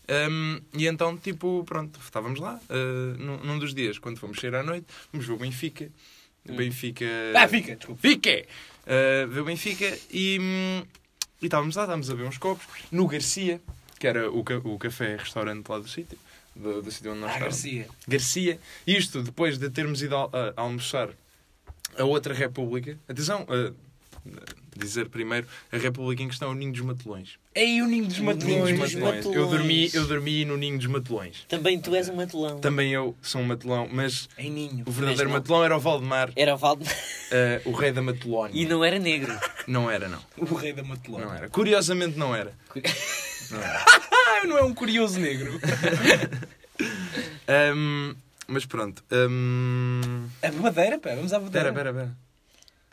Speaker 4: Ahm, e então, tipo, pronto, estávamos lá. ah, num, num dos dias, quando fomos sair à noite, fomos ver o Benfica. O Benfica.
Speaker 2: Ah, fica, desculpa.
Speaker 4: Benfica! Uh, ver o Benfica e, hum, e estávamos lá, estávamos a ver uns copos no Garcia, que era o, ca- o café-restaurante lá do sítio, do, do sítio onde nós
Speaker 2: Ah,
Speaker 4: estávamos.
Speaker 2: Garcia.
Speaker 4: Garcia. Isto depois de termos ido al- a, a almoçar a outra república. Atenção, uh, dizer primeiro a república em questão é o Ninho dos Matelões.
Speaker 2: Ei, o ninho dos
Speaker 4: Ninho dos
Speaker 2: matelões.
Speaker 4: Matelões. Eu, dormi, eu dormi no Ninho dos Matelões.
Speaker 3: Também tu és um matelão.
Speaker 4: Também eu sou um matelão, mas
Speaker 2: Em ninho.
Speaker 4: o verdadeiro
Speaker 3: Mas não.
Speaker 4: matelão era o Valdemar,
Speaker 3: Era Valde
Speaker 4: uh, o rei da Matelónia.
Speaker 3: E não era negro.
Speaker 4: não era, não.
Speaker 2: O rei da matelona.
Speaker 4: Não é. era. Curiosamente não era.
Speaker 2: Ah, não é um curioso negro.
Speaker 4: Ahm, mas pronto. ahm,
Speaker 2: A madeira, pá, vamos à
Speaker 4: Espera,
Speaker 2: madeira.
Speaker 4: espera, espera.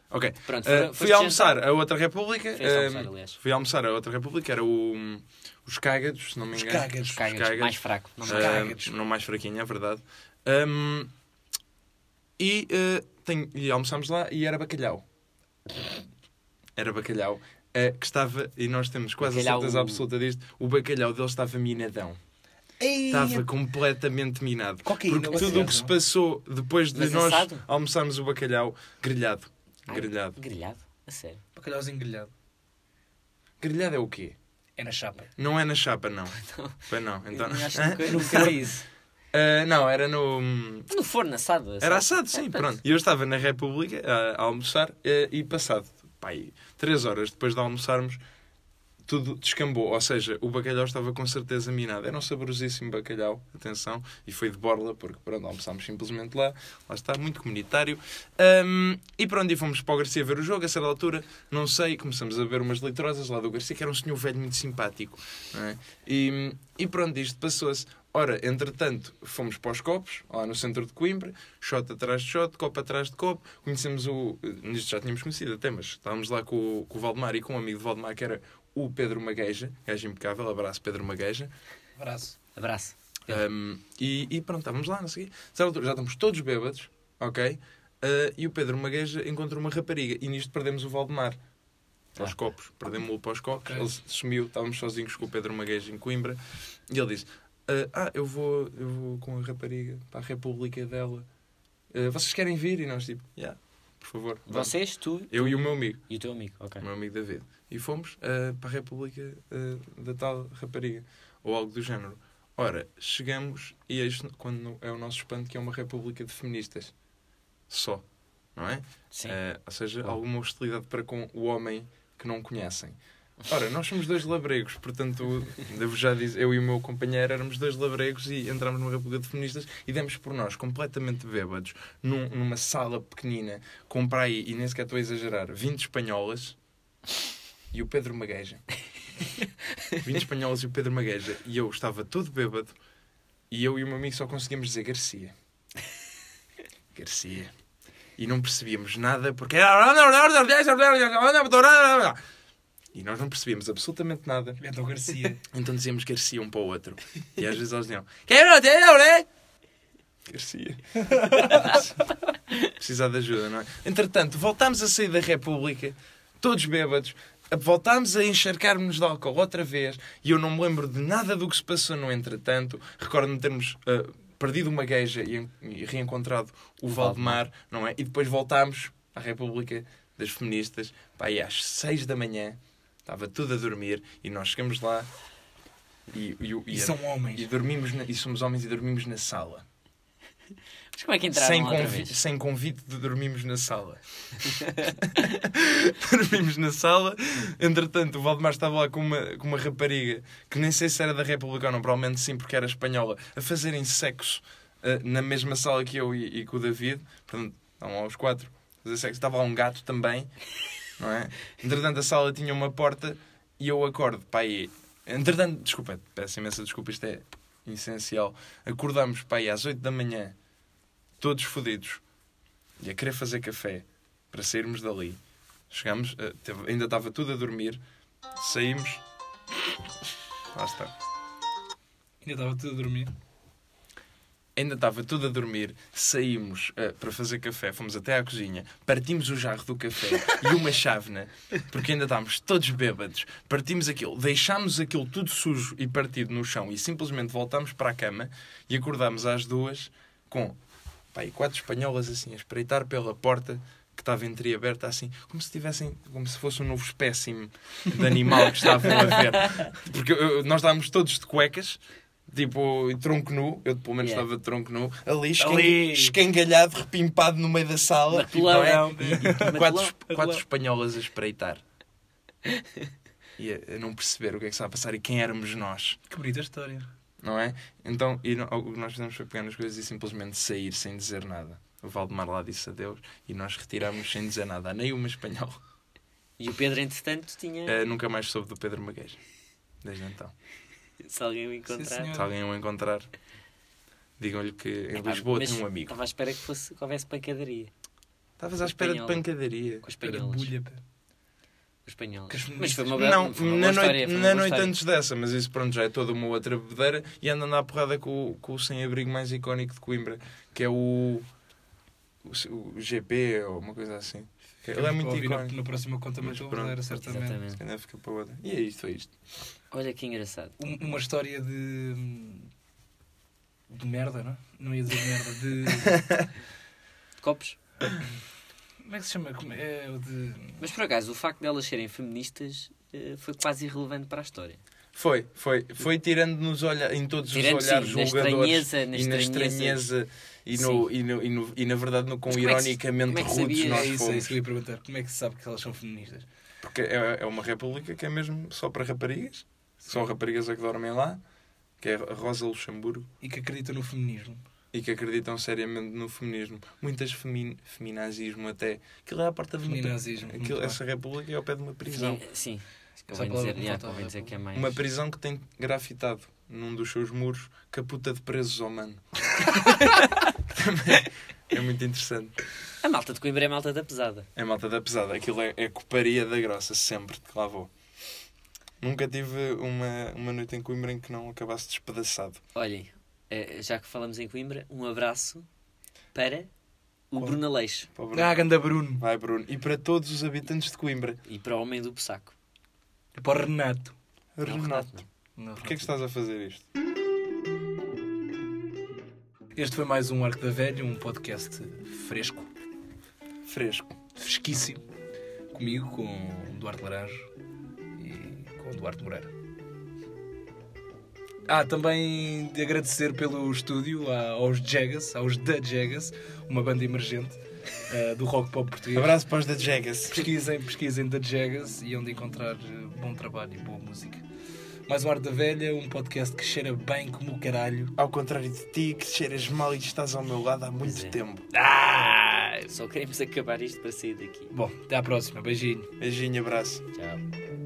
Speaker 4: Ok.
Speaker 3: Pronto,
Speaker 4: Ah,
Speaker 3: foram-
Speaker 4: fui
Speaker 3: foste
Speaker 4: almoçar a outra república.
Speaker 3: Fez almoçar,
Speaker 4: ah,
Speaker 3: aliás.
Speaker 4: fui almoçar a outra república, era o, os cágados, se não me
Speaker 2: Os
Speaker 4: engano.
Speaker 2: cágados.
Speaker 4: Os
Speaker 3: Cagas, mais fraco. Não
Speaker 4: Os
Speaker 3: me
Speaker 2: Ah.
Speaker 3: lembro.
Speaker 2: cágados.
Speaker 4: Não mais fraquinho, é verdade. Ahm, e, ah, tenho- e almoçámos lá e era bacalhau. Era bacalhau. ah, que estava, e nós temos quase
Speaker 3: Bacalhau-
Speaker 4: a certeza absoluta disto, o bacalhau dele estava minadão.
Speaker 2: Ei,
Speaker 4: Estava completamente minado.
Speaker 2: Cocaína,
Speaker 4: Porque
Speaker 2: vocês
Speaker 4: tudo o que
Speaker 2: não?
Speaker 4: se passou depois de
Speaker 3: Mas
Speaker 4: nós
Speaker 3: assado?
Speaker 4: almoçarmos o bacalhau grelhado.
Speaker 3: Ai,
Speaker 4: Grelhado.
Speaker 3: Grelhado? A sério.
Speaker 2: é Bacalhauzinho grelhado.
Speaker 4: Grelhado é o quê?
Speaker 2: É na chapa.
Speaker 4: Não é na chapa, não. Pois não. Então...
Speaker 3: Eu não acho que-
Speaker 2: No cariz.
Speaker 4: Ah, não, era no. hum,
Speaker 3: No forno assado. É, assado.
Speaker 4: Era assado, sim, pronto. E eu estava na República a, a almoçar eh, e passado, pai, três horas depois de almoçarmos, tudo descambou. Ou seja, o bacalhau estava com certeza minado. Era um saborosíssimo bacalhau, atenção, e foi de borla, porque pronto, almoçámos simplesmente lá. Lá está, muito comunitário. Ahm, e pronto, e fomos para o Garcia ver o jogo. A certa altura, não sei, começamos a ver umas litrosas lá do Garcia, que era um senhor velho muito simpático. não é? e, e pronto, isto passou-se. Ora, entretanto, fomos para os copos, lá no centro de Coimbra, shot atrás de shot, copo atrás de copo. Conhecemos o. Nisto já tínhamos conhecido até, mas estávamos lá com, o- com o Valdemar e com um amigo de Valdemar que era o Pedro Magueja, gajo impecável, abraço Pedro Magueja.
Speaker 2: Abraço.
Speaker 3: Abraço.
Speaker 4: Um, e, e pronto, estávamos lá, não sei o quê. Certa altura, Já estamos todos bêbados, ok? Uh, e o Pedro Magueja encontra uma rapariga e nisto perdemos o Valdemar. Aos copos, perdemos-o para os copos, ele sumiu, estávamos sozinhos com o Pedro Magueja em Coimbra e ele disse: "Ah, Ah, eu vou, eu vou com a rapariga para a República dela. Ah, vocês querem vir? E nós, tipo, "Yeah, por favor. vamos."
Speaker 3: Vocês, tu
Speaker 4: Eu e o meu amigo,
Speaker 3: e o teu amigo. Ok.
Speaker 4: o meu amigo David. E fomos ah, para a República ah, da tal rapariga ou algo do género. Ora, chegamos e eis quando é o nosso espanto que é uma república de feministas. Só, não é?
Speaker 3: Sim.
Speaker 4: Eh, ou seja, alguma hostilidade para com o homem que não conhecem. Ora, nós somos dois labregos, portanto, devo já dizer, eu e o meu companheiro éramos dois labregos e entramos numa república de feministas e demos por nós, completamente bêbados, num- numa sala pequenina, com para aí, e nem sequer estou a exagerar, 20 espanholas e o Pedro Magueja. 20 espanholas e o Pedro Magueja. E eu estava todo bêbado e eu e o meu amigo só conseguimos dizer Garcia. Garcia. E não percebíamos nada porque era. E nós não percebíamos absolutamente nada.
Speaker 2: Então Garcia.
Speaker 4: Então dizíamos Garcia um para o outro. E às vezes eles diziam: é Garcia. Precisar de ajuda, não é? Entretanto, voltámos a sair da República, todos bêbados, voltámos a encharcar-nos de álcool outra vez e eu não me lembro de nada do que se passou no entretanto. Recordo-me de termos. ah, Perdido uma gueja e, en- e reencontrado o Valdemar, não é? E depois voltámos à República das Feministas, pá, e às seis da manhã, estava tudo a dormir, e nós chegamos lá e, e, e-
Speaker 2: E são
Speaker 4: e
Speaker 2: homens.
Speaker 4: dormimos na- e somos homens e dormimos na sala.
Speaker 3: Mas como é que entraram
Speaker 4: Sem,
Speaker 3: lá outra
Speaker 4: convi-
Speaker 3: vez?
Speaker 4: sem convite de dormimos na sala. dormimos na sala. Entretanto, o Valdemar estava lá com uma, com uma rapariga que nem sei se era da República ou não, provavelmente sim, porque era espanhola, a fazerem sexo ah, na mesma sala que eu e, e que o David. Portanto, estavam lá os quatro. a Fazer sexo. Estava lá um gato também. Não é? Entretanto, a sala tinha uma porta e eu acordo. Pá, aí. Entretanto, desculpa, peço imensa desculpa, isto é essencial. Acordámos, pá, aí às 8 da manhã todos fodidos e a querer fazer café para sairmos dali. Chegámos, eh, teve- ainda estava tudo a dormir, saímos. Lá está.
Speaker 2: Ainda estava tudo a dormir.
Speaker 4: ainda estava tudo a dormir, saímos eh, para fazer café, fomos até à cozinha, partimos o jarro do café e uma chávena, porque ainda estávamos todos bêbados, partimos aquilo, deixámos aquilo tudo sujo e partido no chão e simplesmente voltámos para a cama e acordámos às duas com pá, e quatro espanholas assim a espreitar pela porta que estava entreaberta assim, como se tivessem, como se fosse um novo espécime de animal que estavam a ver. Porque eu- eu- nós estávamos todos de cuecas, tipo, e tronco nu, eu pelo menos
Speaker 3: Yeah.
Speaker 4: estava de tronco nu, ali, esquen-
Speaker 2: Ali.
Speaker 4: escangalhado, repimpado no meio da sala,
Speaker 3: Matelão,
Speaker 4: não é?
Speaker 3: não,
Speaker 4: E- e
Speaker 3: matelão,
Speaker 4: quatro, quatro
Speaker 3: matelão.
Speaker 4: espanholas a espreitar. E a, a não perceber o que é que estava a passar e quem éramos nós
Speaker 2: Que bonita história.
Speaker 4: não é? Então, e no- o que nós fizemos foi pegar nas coisas e simplesmente sair sem dizer nada. O Valdemar lá disse adeus e nós retirámos sem dizer nada a nenhuma espanhol.
Speaker 3: E o Pedro, entretanto, tinha.
Speaker 4: Eh, nunca mais soube do Pedro Maguês. Desde então.
Speaker 3: Se alguém o encontrar.
Speaker 2: senhor.
Speaker 4: Se alguém o encontrar, digam-lhe que em
Speaker 3: Epá,
Speaker 4: Lisboa
Speaker 3: mas
Speaker 4: tem um amigo.
Speaker 3: Estava à espera que, fosse, que houvesse pancadaria
Speaker 4: Estavas à espera de
Speaker 3: espanhola.
Speaker 4: pancadaria.
Speaker 3: com os
Speaker 2: Era
Speaker 3: espanholas.
Speaker 2: bulha, pá.
Speaker 3: Os espanholas.
Speaker 2: Que as
Speaker 3: Mas foi uma,
Speaker 4: Não,
Speaker 3: bela- foi uma boa
Speaker 4: na
Speaker 3: história.
Speaker 4: noite,
Speaker 3: foi uma
Speaker 4: na
Speaker 3: boa
Speaker 4: noite
Speaker 3: história.
Speaker 4: antes dessa, mas isso pronto já é toda uma outra bebedeira e anda na porrada com, o- com o sem-abrigo mais icónico de Coimbra, que é o, o, o GP ou uma coisa assim. Ele é muito
Speaker 2: Ouvi na-
Speaker 4: icónico.
Speaker 2: Na próxima conta
Speaker 4: Mas
Speaker 2: matou
Speaker 4: pronto.
Speaker 2: era certamente.
Speaker 3: Exatamente.
Speaker 4: Ainda fica para outra. E é isto, é isto.
Speaker 3: Olha que engraçado.
Speaker 2: Um- Uma história de. hum, de merda, não? é? Não ia dizer merda. De.
Speaker 3: Copos.
Speaker 2: Como é que se chama? Como é o de.
Speaker 3: Mas por acaso, o facto de elas serem feministas eh, foi quase irrelevante para a história.
Speaker 4: Foi, foi. Foi tirando-nos olha, em todos
Speaker 3: Tirando,
Speaker 4: os
Speaker 3: sim,
Speaker 4: olhares
Speaker 3: na
Speaker 4: julgadores.
Speaker 3: estranheza, na
Speaker 4: e na
Speaker 3: estranheza.
Speaker 4: estranheza. E, no, e, no, e, no, e na verdade no quão
Speaker 3: Mas como é que se- como
Speaker 4: ironicamente
Speaker 3: é que
Speaker 4: rudes
Speaker 3: sabias?
Speaker 4: nós
Speaker 2: É isso, é
Speaker 4: fomos.
Speaker 2: isso que eu ia perguntar. Como é que se sabe que elas são feministas?
Speaker 4: Porque é, é uma república que é mesmo só para raparigas. São raparigas é que dormem lá. Que é a Rosa Luxemburgo.
Speaker 2: E que acreditam no feminismo.
Speaker 4: E que acreditam seriamente no feminismo. Muitas femin, feminazismo até. Aquilo é à porta de uma...
Speaker 2: Feminazismo, muito
Speaker 4: Aquilo,
Speaker 2: bem.
Speaker 4: essa república é ao pé de uma prisão.
Speaker 3: Sim, eh, Sim.
Speaker 2: Essa
Speaker 3: Convém
Speaker 2: palavra
Speaker 3: dizer,
Speaker 2: que
Speaker 3: já,
Speaker 2: faltava.
Speaker 3: convém dizer que é mais.
Speaker 4: Uma prisão que tem grafitado num dos seus muros caputa de presos ao mano. Também é muito interessante.
Speaker 3: A malta de Coimbra é a malta da pesada.
Speaker 4: É malta da pesada. Aquilo é, é coparia da grossa, sempre que lá vou. Nunca tive uma, uma noite em Coimbra em que não acabasse despedaçado.
Speaker 3: Olhem, eh, já que falamos em Coimbra, um abraço para o Bruno Aleixo
Speaker 4: Para o Bruno.
Speaker 2: Ah, ganda Bruno.
Speaker 4: Vai, Bruno. E para todos os habitantes de Coimbra.
Speaker 3: e para o Homem do Pessaco.
Speaker 2: É para o Renato.
Speaker 3: Não,
Speaker 4: Renato,
Speaker 3: não.
Speaker 2: Não,
Speaker 4: porquê é que estás a fazer isto?
Speaker 2: Este foi mais um Arco da Velha, um podcast fresco,
Speaker 4: Fresco.
Speaker 2: fresquíssimo, comigo, com o Duarte Laranjo e com o Duarte Moreira. Ah, também de agradecer pelo estúdio a- aos Jagas, aos The Jagas, uma banda emergente eh, do rock pop português.
Speaker 4: Abraço para os da Jegas.
Speaker 2: Pesquisem, pesquisem The Jagas e onde encontrar eh, bom trabalho e boa música. Mais um Arco da Velha, um podcast que cheira bem como o caralho.
Speaker 4: Ao contrário de ti, que cheiras mal e estás ao meu lado há muito
Speaker 3: Pois é.
Speaker 4: tempo.
Speaker 3: Só queremos acabar isto para sair daqui.
Speaker 2: Bom, até à próxima. Beijinho.
Speaker 4: Beijinho, abraço.
Speaker 3: Tchau.